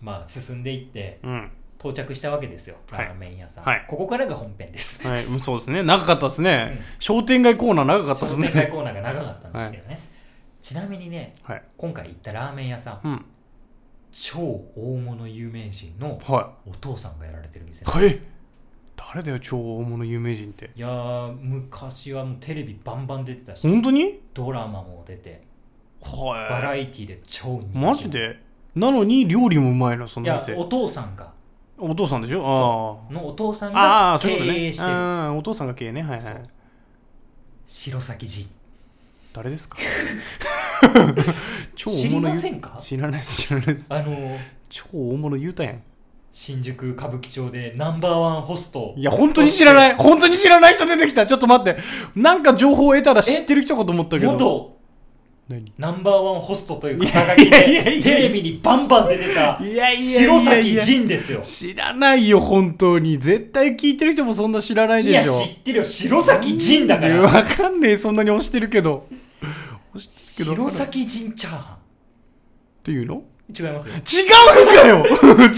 [SPEAKER 1] まあ進んでいって
[SPEAKER 2] うん
[SPEAKER 1] 到着したわけですよ、
[SPEAKER 2] はい
[SPEAKER 1] ラーメン屋さん、
[SPEAKER 2] はい
[SPEAKER 1] ここからが本編です
[SPEAKER 2] はい、うんそうですね。長かったですね
[SPEAKER 1] うん。
[SPEAKER 2] 商店街コーナー長かったです
[SPEAKER 1] 商店街
[SPEAKER 2] ね。
[SPEAKER 1] コーナーが長かったんですけどね、ちなみにね
[SPEAKER 2] はい。
[SPEAKER 1] 今回行ったラーメン屋さん
[SPEAKER 2] うん。
[SPEAKER 1] 超大物有名人の
[SPEAKER 2] は
[SPEAKER 1] お父さんがやられてる店
[SPEAKER 2] い。かえ誰だよ、超大物有名人って。
[SPEAKER 1] いやー昔はもうテレビバンバン出てたし
[SPEAKER 2] 本当に
[SPEAKER 1] ドラマも出てバ
[SPEAKER 2] は
[SPEAKER 1] ラエティーで超人
[SPEAKER 2] い。
[SPEAKER 1] 気
[SPEAKER 2] マジでなのに料理もうまいの、そ
[SPEAKER 1] い
[SPEAKER 2] の
[SPEAKER 1] や
[SPEAKER 2] 店。
[SPEAKER 1] お父さんが
[SPEAKER 2] お父さんでしょ
[SPEAKER 1] のお父さん
[SPEAKER 2] ああ。あ
[SPEAKER 1] が
[SPEAKER 2] あ、そ
[SPEAKER 1] 経
[SPEAKER 2] ういうことね
[SPEAKER 1] 営。してる
[SPEAKER 2] ああ、お父さんが経営ね。はいは
[SPEAKER 1] そう
[SPEAKER 2] い。
[SPEAKER 1] 白崎仁
[SPEAKER 2] 誰です か超
[SPEAKER 1] 知りま
[SPEAKER 2] 有
[SPEAKER 1] せんか
[SPEAKER 2] 知らないです、知らないです。
[SPEAKER 1] あの
[SPEAKER 2] 超大物言うたやん。
[SPEAKER 1] 新宿歌舞伎町でナンバーワンホスト
[SPEAKER 2] いや、本当に知らないい 本当に知らない人出てきたちょっと待ってなんか情報を得たら知ってる人かと思ったけど。
[SPEAKER 1] 元
[SPEAKER 2] 何
[SPEAKER 1] ナンバーワンホストという肩書き
[SPEAKER 2] いやいやいやい
[SPEAKER 1] で
[SPEAKER 2] や
[SPEAKER 1] テレビにバンバン出てた
[SPEAKER 2] いやいやいやいや
[SPEAKER 1] 白崎仁ですよ
[SPEAKER 2] 知らないよ、本当に。絶対聞いてる人もそんな知らない
[SPEAKER 1] い
[SPEAKER 2] で
[SPEAKER 1] や
[SPEAKER 2] しょ。
[SPEAKER 1] 知ってるよ白崎仁だか
[SPEAKER 2] いや
[SPEAKER 1] ら
[SPEAKER 2] わかんねえ、そんなに押してるけど。押してるけど。
[SPEAKER 1] 白
[SPEAKER 2] っ
[SPEAKER 1] 崎仁チャーハ
[SPEAKER 2] ていうの
[SPEAKER 1] ン違いますよ
[SPEAKER 2] 違うんかよ
[SPEAKER 1] 普
[SPEAKER 2] 違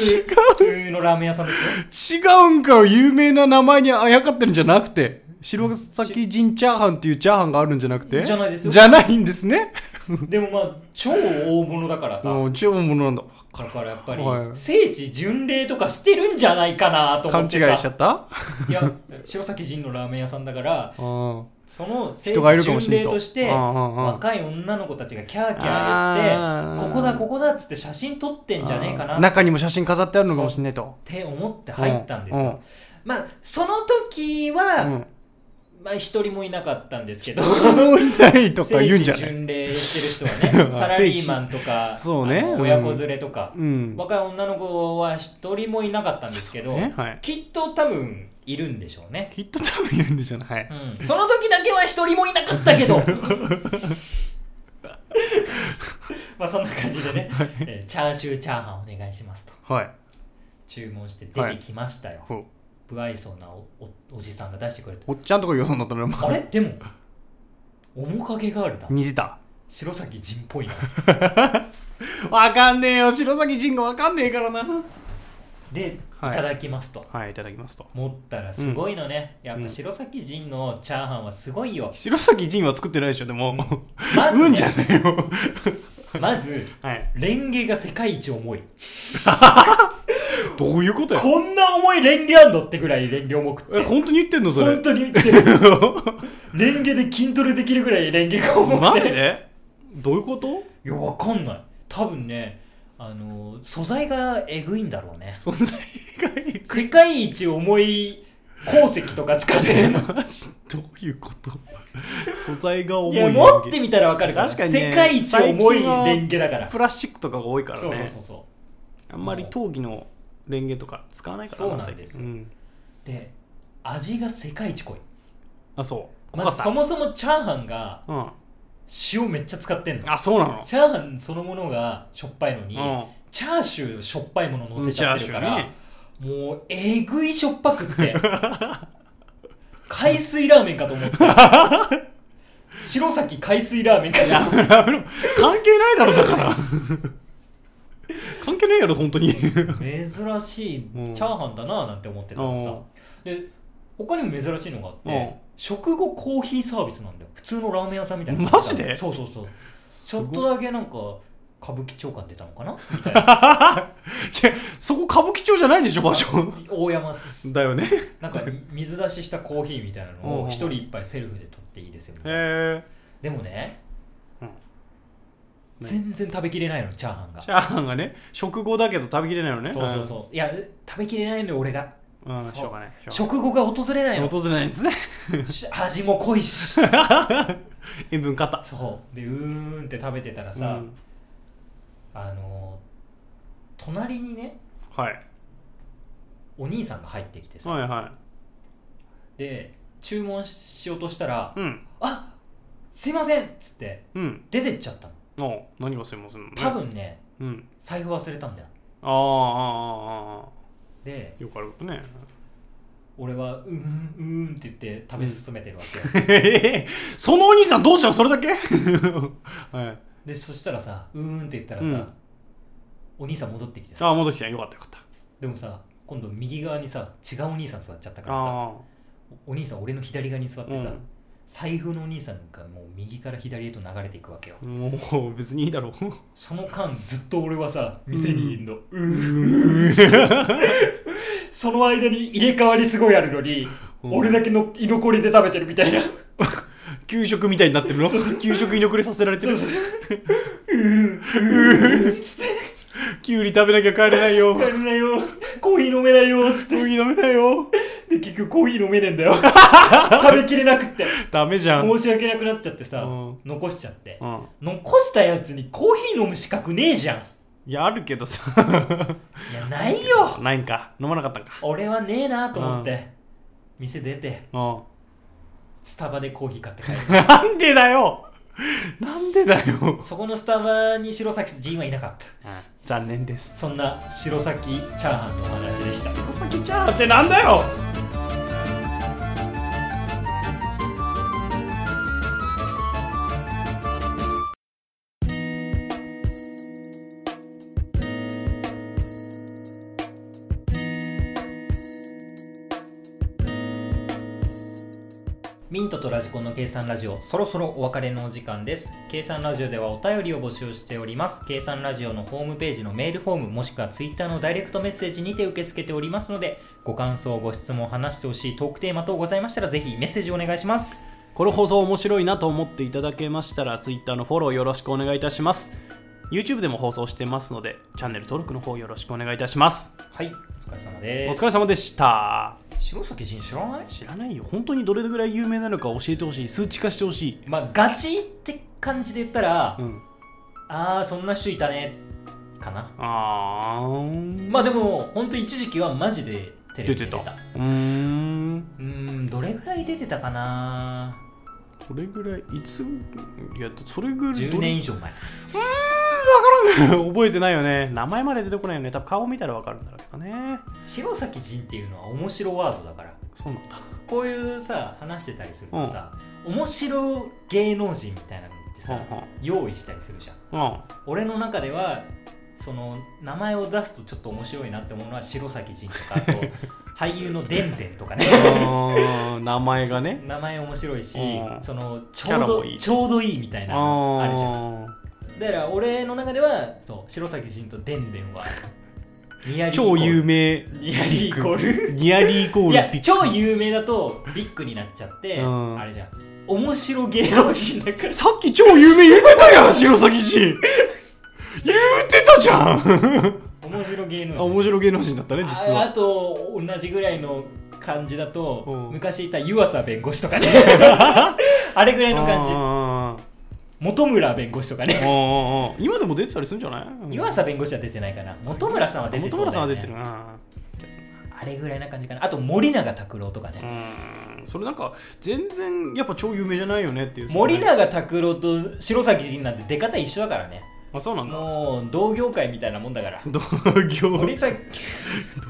[SPEAKER 1] 通のラーメン屋さんですよ
[SPEAKER 2] う、違うんかよ。有名な名前にあやかってるんじゃなくて。白崎人チャーハンっていうチャーハンがあるんじゃなくて
[SPEAKER 1] じゃないですよ
[SPEAKER 2] じゃないんですね。
[SPEAKER 1] でもまあ超大物だからさ
[SPEAKER 2] もう、超大物なんだ。
[SPEAKER 1] だからやっぱり
[SPEAKER 2] はい
[SPEAKER 1] 聖地巡礼とかしてるんじゃないかなと思
[SPEAKER 2] 勘
[SPEAKER 1] っ
[SPEAKER 2] 違い
[SPEAKER 1] て
[SPEAKER 2] し
[SPEAKER 1] さ
[SPEAKER 2] ちゃった
[SPEAKER 1] いや白崎仁のラーメン屋さんだから
[SPEAKER 2] うん。
[SPEAKER 1] その聖
[SPEAKER 2] 人がい
[SPEAKER 1] 地
[SPEAKER 2] るかもし
[SPEAKER 1] 巡
[SPEAKER 2] れ
[SPEAKER 1] 礼
[SPEAKER 2] んと
[SPEAKER 1] として
[SPEAKER 2] うんうんうん
[SPEAKER 1] 若い女の子たちがキャーキャー言
[SPEAKER 2] あ
[SPEAKER 1] っ
[SPEAKER 2] ー
[SPEAKER 1] てここだここだっつって写真撮ってんじゃねえか
[SPEAKER 2] あー
[SPEAKER 1] なっ
[SPEAKER 2] 中にも写真飾ってあるのかもしれないと
[SPEAKER 1] て思って入ったんです
[SPEAKER 2] う
[SPEAKER 1] よまあその時
[SPEAKER 2] う
[SPEAKER 1] は
[SPEAKER 2] ん
[SPEAKER 1] まあ一人もいなかったんですけど
[SPEAKER 2] うんいないとか
[SPEAKER 1] 聖
[SPEAKER 2] 言うんじ
[SPEAKER 1] 地
[SPEAKER 2] ゃない
[SPEAKER 1] 巡礼してる人 はね
[SPEAKER 2] あ
[SPEAKER 1] サラリーマンとか
[SPEAKER 2] そうね
[SPEAKER 1] あの
[SPEAKER 2] うん
[SPEAKER 1] 親子連れとか
[SPEAKER 2] うん
[SPEAKER 1] 若い女の子は一人もいなかったんですけど、
[SPEAKER 2] ねはい
[SPEAKER 1] きっと多分いるんでしょうね、
[SPEAKER 2] きっと多分いるんでしょうねはい
[SPEAKER 1] うん、その時だけは一人もいなかったけ ど まあそんな感じで ね、えーチャーシューチャーハンお願いしますと
[SPEAKER 2] はい
[SPEAKER 1] 注文して出てきましたよ、
[SPEAKER 2] ほ
[SPEAKER 1] 不愛想なおおおじさんが出してくれて
[SPEAKER 2] うおっちゃんとか予想だったの
[SPEAKER 1] あれでも面影があるな
[SPEAKER 2] 似てた
[SPEAKER 1] 白崎人っぽいな
[SPEAKER 2] わかんねえよ白崎仁がわかんねえからな
[SPEAKER 1] で、
[SPEAKER 2] はい
[SPEAKER 1] い、ただきますと
[SPEAKER 2] はいいただきますと
[SPEAKER 1] 持ったらすごいのね、やっぱ白崎人のチャーハンはすごいよ、
[SPEAKER 2] 白崎仁は作ってないでしょでも
[SPEAKER 1] まず、ね、
[SPEAKER 2] うんじゃないよ
[SPEAKER 1] まず
[SPEAKER 2] はい
[SPEAKER 1] レンゲが世界一重い
[SPEAKER 2] どういうことや
[SPEAKER 1] こんな重いレンゲあんのってぐらいレンゲ重くって
[SPEAKER 2] え本当に言ってんのそれ
[SPEAKER 1] 本当に言ってるレンゲで筋トレできるぐらいレンゲが重く
[SPEAKER 2] マ
[SPEAKER 1] て
[SPEAKER 2] ジでどういうこと
[SPEAKER 1] いやわかんない多分ねあの素材がえぐいんだろうね
[SPEAKER 2] 存在がいい
[SPEAKER 1] 世界一重い鉱石とか使ってるの
[SPEAKER 2] マジどういうこと素材 が重
[SPEAKER 1] い
[SPEAKER 2] い
[SPEAKER 1] や
[SPEAKER 2] 人間
[SPEAKER 1] 持ってみたらわかるから
[SPEAKER 2] 確かにね
[SPEAKER 1] 世界一重いレンゲだから
[SPEAKER 2] プラスチックとかが多いからね
[SPEAKER 1] そうそうそうそ
[SPEAKER 2] あんまり陶器のレンゲとか使わないから
[SPEAKER 1] そうなんですよ
[SPEAKER 2] 最近うん
[SPEAKER 1] うで味が世界一濃い
[SPEAKER 2] あそう濃
[SPEAKER 1] ま
[SPEAKER 2] か
[SPEAKER 1] ず
[SPEAKER 2] った、
[SPEAKER 1] そもそもチャーハンが
[SPEAKER 2] うん
[SPEAKER 1] 塩めっちゃ使ってんの
[SPEAKER 2] あそうなの
[SPEAKER 1] チャーハンそのものがしょっぱいのに、
[SPEAKER 2] う
[SPEAKER 1] チャーシューしょっぱいもの乗
[SPEAKER 2] ん
[SPEAKER 1] せちゃってるから、もうえぐいしょっぱくって 海水ラーメンかと思った白崎海水ラーメンかと思
[SPEAKER 2] や
[SPEAKER 1] っ
[SPEAKER 2] めろやめろ関係ないだろだから関係ないやろ本当に
[SPEAKER 1] た珍しい
[SPEAKER 2] うん
[SPEAKER 1] チャーハンだなぁなんて思ってたのさで他にも珍しいのがあっ
[SPEAKER 2] うん
[SPEAKER 1] て食後コーヒーサービスなんだよ普通のラーメン屋さんみたいな
[SPEAKER 2] マジで
[SPEAKER 1] そうそうそうち
[SPEAKER 2] ご
[SPEAKER 1] ょ
[SPEAKER 2] い
[SPEAKER 1] っとだけなんか歌舞伎町感出たのかなみたい
[SPEAKER 2] い
[SPEAKER 1] な
[SPEAKER 2] やそこ歌舞伎町じゃないんでしょ場所
[SPEAKER 1] 大山
[SPEAKER 2] だよね
[SPEAKER 1] なん か水出ししたコーヒーみたいなのを一人一杯セルフで取っていいですよみたいな
[SPEAKER 2] へえ
[SPEAKER 1] でもね、
[SPEAKER 2] うん
[SPEAKER 1] 全然食べきれないのチャーハンが
[SPEAKER 2] チャーハンがね食後だけど食べきれないのね
[SPEAKER 1] そうそうそういや食べきれないのよ俺が
[SPEAKER 2] うん、うん
[SPEAKER 1] そう
[SPEAKER 2] しょうがないしょう
[SPEAKER 1] 食後が訪れな
[SPEAKER 2] が
[SPEAKER 1] い
[SPEAKER 2] な
[SPEAKER 1] の
[SPEAKER 2] い訪れないですね
[SPEAKER 1] し味も濃い し
[SPEAKER 2] 塩分過多
[SPEAKER 1] そうでうーんって食べてたら さ、
[SPEAKER 2] うん
[SPEAKER 1] あの隣にね
[SPEAKER 2] はい
[SPEAKER 1] お兄さんが入ってきてさ、
[SPEAKER 2] はいは
[SPEAKER 1] で注文しようとしたら「
[SPEAKER 2] いうん
[SPEAKER 1] あすいません!」っつって
[SPEAKER 2] うん
[SPEAKER 1] 出てっちゃったの
[SPEAKER 2] お何がすいませんね
[SPEAKER 1] 多分ね
[SPEAKER 2] うん
[SPEAKER 1] 財布忘れたんだよ
[SPEAKER 2] あーあーあーあ
[SPEAKER 1] で
[SPEAKER 2] ーよくあることね
[SPEAKER 1] 俺は「うーんうーん」って言って食べ進めてるわけよ、
[SPEAKER 2] そのお兄さんどうしたのそれだけ はい
[SPEAKER 1] でそしたらさうーんって言ったらさ、
[SPEAKER 2] うん
[SPEAKER 1] お兄さん戻ってきてさ
[SPEAKER 2] ああ戻ってきたよかったよかった
[SPEAKER 1] でもさ今度右側にさ違うお兄さん座っちゃったからさ
[SPEAKER 2] あ
[SPEAKER 1] おお兄さん俺の左側に座っ
[SPEAKER 2] あ
[SPEAKER 1] てさ、
[SPEAKER 2] うん
[SPEAKER 1] 財布のお兄さんがもう右から左へと流れていくわけよ
[SPEAKER 2] もう別にいいだろう
[SPEAKER 1] その間ずっと俺はさ店にいるの、うんその間に入れ替わりすごいあるのに、
[SPEAKER 2] うん
[SPEAKER 1] 俺だけの居残りで食べてるみたいな
[SPEAKER 2] 給食みたいになってるの給食居残りさせられてるきゅうり食べなきゃ帰れないよ
[SPEAKER 1] 帰れないよコーヒー飲めないよつって
[SPEAKER 2] 麦飲めないよ
[SPEAKER 1] で結局コーヒー飲めねえん だよ食べきれなくって
[SPEAKER 2] ダメじゃん
[SPEAKER 1] 申し訳なくなっちゃってさ、
[SPEAKER 2] うん
[SPEAKER 1] 残しちゃって、
[SPEAKER 2] うん
[SPEAKER 1] 残したやつにコーヒー飲む資格ねえじゃん
[SPEAKER 2] いやあるけどさ
[SPEAKER 1] いやないよ
[SPEAKER 2] ないんか飲まなかったんか
[SPEAKER 1] 俺はねえなと思って、店出て
[SPEAKER 2] う
[SPEAKER 1] スタバでコーヒー買って帰る
[SPEAKER 2] んなんでだよなんでだよ
[SPEAKER 1] そこのスタバに白崎仁はいなかった
[SPEAKER 2] 残念です
[SPEAKER 1] そんな白崎チャーハンのお話でした
[SPEAKER 2] お酒チャーハンってなんだよ
[SPEAKER 1] ミントとラジコンの計算ラジオ、そろそろお別れのお時間です。計算ラジオではお便りを募集しております。計算ラジオのホームページのメールフォーム、もしくはツイッターのダイレクトメッセージにて受け付けておりますので、ご感想、ご質問、話してほしいトークテーマ等ございましたら、ぜひメッセージお願いします。
[SPEAKER 2] この放送面白いなと思っていただけましたら Twitter のフォローよろしくお願いいたします YouTube でも放送してますのでチャンネル登録の方よろしくお願いいたします
[SPEAKER 1] はい、お疲れ様
[SPEAKER 2] お
[SPEAKER 1] です。
[SPEAKER 2] 疲れ様でした
[SPEAKER 1] 白崎仁知らない
[SPEAKER 2] 知らないよ本当にどれぐらい有名なのか教えてほしい数値化してほしい
[SPEAKER 1] まあ、ガチって感じで言ったら、
[SPEAKER 2] うん
[SPEAKER 1] あー、そんな人いたね、かな。
[SPEAKER 2] あー
[SPEAKER 1] まあでも、ほんと一時期はマジでテレビ
[SPEAKER 2] 出
[SPEAKER 1] に
[SPEAKER 2] て
[SPEAKER 1] 出
[SPEAKER 2] た
[SPEAKER 1] た。
[SPEAKER 2] うーん
[SPEAKER 1] うーん、どれぐらい出てたかな
[SPEAKER 2] どれぐらいいついやそれぐらい
[SPEAKER 1] 10
[SPEAKER 2] どれ
[SPEAKER 1] 年以上前
[SPEAKER 2] 覚えてないよね名前まで出てこないよね多分顔見たらわかるんだろうけどね
[SPEAKER 1] 白崎仁っていうのは面白ワードだから
[SPEAKER 2] そうなんだ
[SPEAKER 1] こういうさ話してたりするとさ、面白芸能人みたいなのってさ、用意したりするじゃん
[SPEAKER 2] うんうん
[SPEAKER 1] 俺の中ではその名前を出すとちょっと面白いなって思うのは白崎仁と かあと俳優のでんでんとかね
[SPEAKER 2] あー名前がね
[SPEAKER 1] 名前面白いし、
[SPEAKER 2] うん
[SPEAKER 1] そのち
[SPEAKER 2] キ
[SPEAKER 1] ょ
[SPEAKER 2] ャ
[SPEAKER 1] う
[SPEAKER 2] ラ
[SPEAKER 1] ど
[SPEAKER 2] もいい
[SPEAKER 1] ちょうどいいみたいなの あるじゃん
[SPEAKER 2] あ
[SPEAKER 1] だから俺の中ではそう白崎仁とでんでん はニヤ
[SPEAKER 2] ー
[SPEAKER 1] リ
[SPEAKER 2] 超有名
[SPEAKER 1] ニヤリイコール
[SPEAKER 2] ニアリーイコー
[SPEAKER 1] い
[SPEAKER 2] ル
[SPEAKER 1] や
[SPEAKER 2] ビッグ
[SPEAKER 1] 超有名だとビッグになっちゃって、
[SPEAKER 2] うん
[SPEAKER 1] あれじゃん面白芸能人だから
[SPEAKER 2] さっき超有名言ってたやん、 白崎氏。言ってたじゃ ん。
[SPEAKER 1] 面白芸能
[SPEAKER 2] あ、
[SPEAKER 1] 人
[SPEAKER 2] 面白芸能人だったね、実
[SPEAKER 1] ああ
[SPEAKER 2] は。
[SPEAKER 1] と同じぐらいの感じだと
[SPEAKER 2] うん
[SPEAKER 1] 昔いた湯浅弁護士と かねあれぐらいの感じ
[SPEAKER 2] 感じ。
[SPEAKER 1] 本村弁護士とか
[SPEAKER 2] うん
[SPEAKER 1] ね
[SPEAKER 2] うんうん今でも出てたりするんじゃないうん
[SPEAKER 1] 湯浅弁護士は出てないかな本村さんは出て
[SPEAKER 2] 本
[SPEAKER 1] そうだ
[SPEAKER 2] 村さ
[SPEAKER 1] よ、
[SPEAKER 2] ん
[SPEAKER 1] ね、
[SPEAKER 2] は出てるな。
[SPEAKER 1] あれぐらいな感じかなあと森永卓郎とか
[SPEAKER 2] う
[SPEAKER 1] ね
[SPEAKER 2] ん。それなんか、全然、やっぱ超有名じゃないよねっていう。
[SPEAKER 1] 森永卓郎と白崎仁なんて出方一緒だからね
[SPEAKER 2] あ、そうなんだ。
[SPEAKER 1] もう同業界みたいなもんだから
[SPEAKER 2] 同業
[SPEAKER 1] 森崎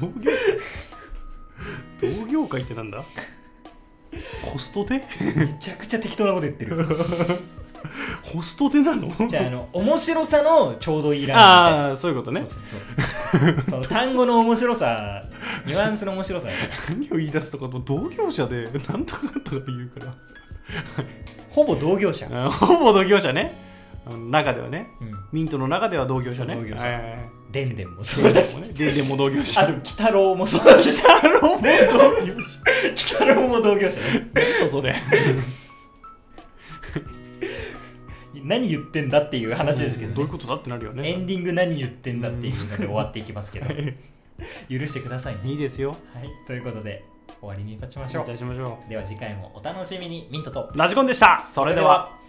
[SPEAKER 2] 同業同業界ってなんだ ホスト テ
[SPEAKER 1] めちゃくちゃ適当なこと言ってる
[SPEAKER 2] ホストテなの
[SPEAKER 1] じゃああの面白さのちょうどいいラインみたいな
[SPEAKER 2] ああそういうことね
[SPEAKER 1] そうそうそうその単語の面白さニュアンスの面白さだね
[SPEAKER 2] 何を言い出すとかもう同業者で なんとかとか言うから
[SPEAKER 1] ほぼ同業者、
[SPEAKER 2] あほぼ同業者ねあの中ではね
[SPEAKER 1] うん、
[SPEAKER 2] ミントの中では同業者ね
[SPEAKER 1] そう同業者
[SPEAKER 2] え
[SPEAKER 1] でんでんも
[SPEAKER 2] え
[SPEAKER 1] そうだし
[SPEAKER 2] ででも同業者
[SPEAKER 1] あと鬼太郎もそうだし
[SPEAKER 2] 太 郎も同業者
[SPEAKER 1] 鬼太郎も同業者ね
[SPEAKER 2] 何だそれ
[SPEAKER 1] 何言ってんだっていう話ですけど,、ね
[SPEAKER 2] どういうことだってなるよ
[SPEAKER 1] エン
[SPEAKER 2] ね
[SPEAKER 1] ディング何言ってんだっていうので終わっていきますけど許してくださいね、
[SPEAKER 2] いいですよ
[SPEAKER 1] はい、ということで終わりにいたしまし
[SPEAKER 2] い
[SPEAKER 1] ょ
[SPEAKER 2] たしましょ
[SPEAKER 1] うでは次回もお楽しみにミントと
[SPEAKER 2] うラジコンでしたそれでは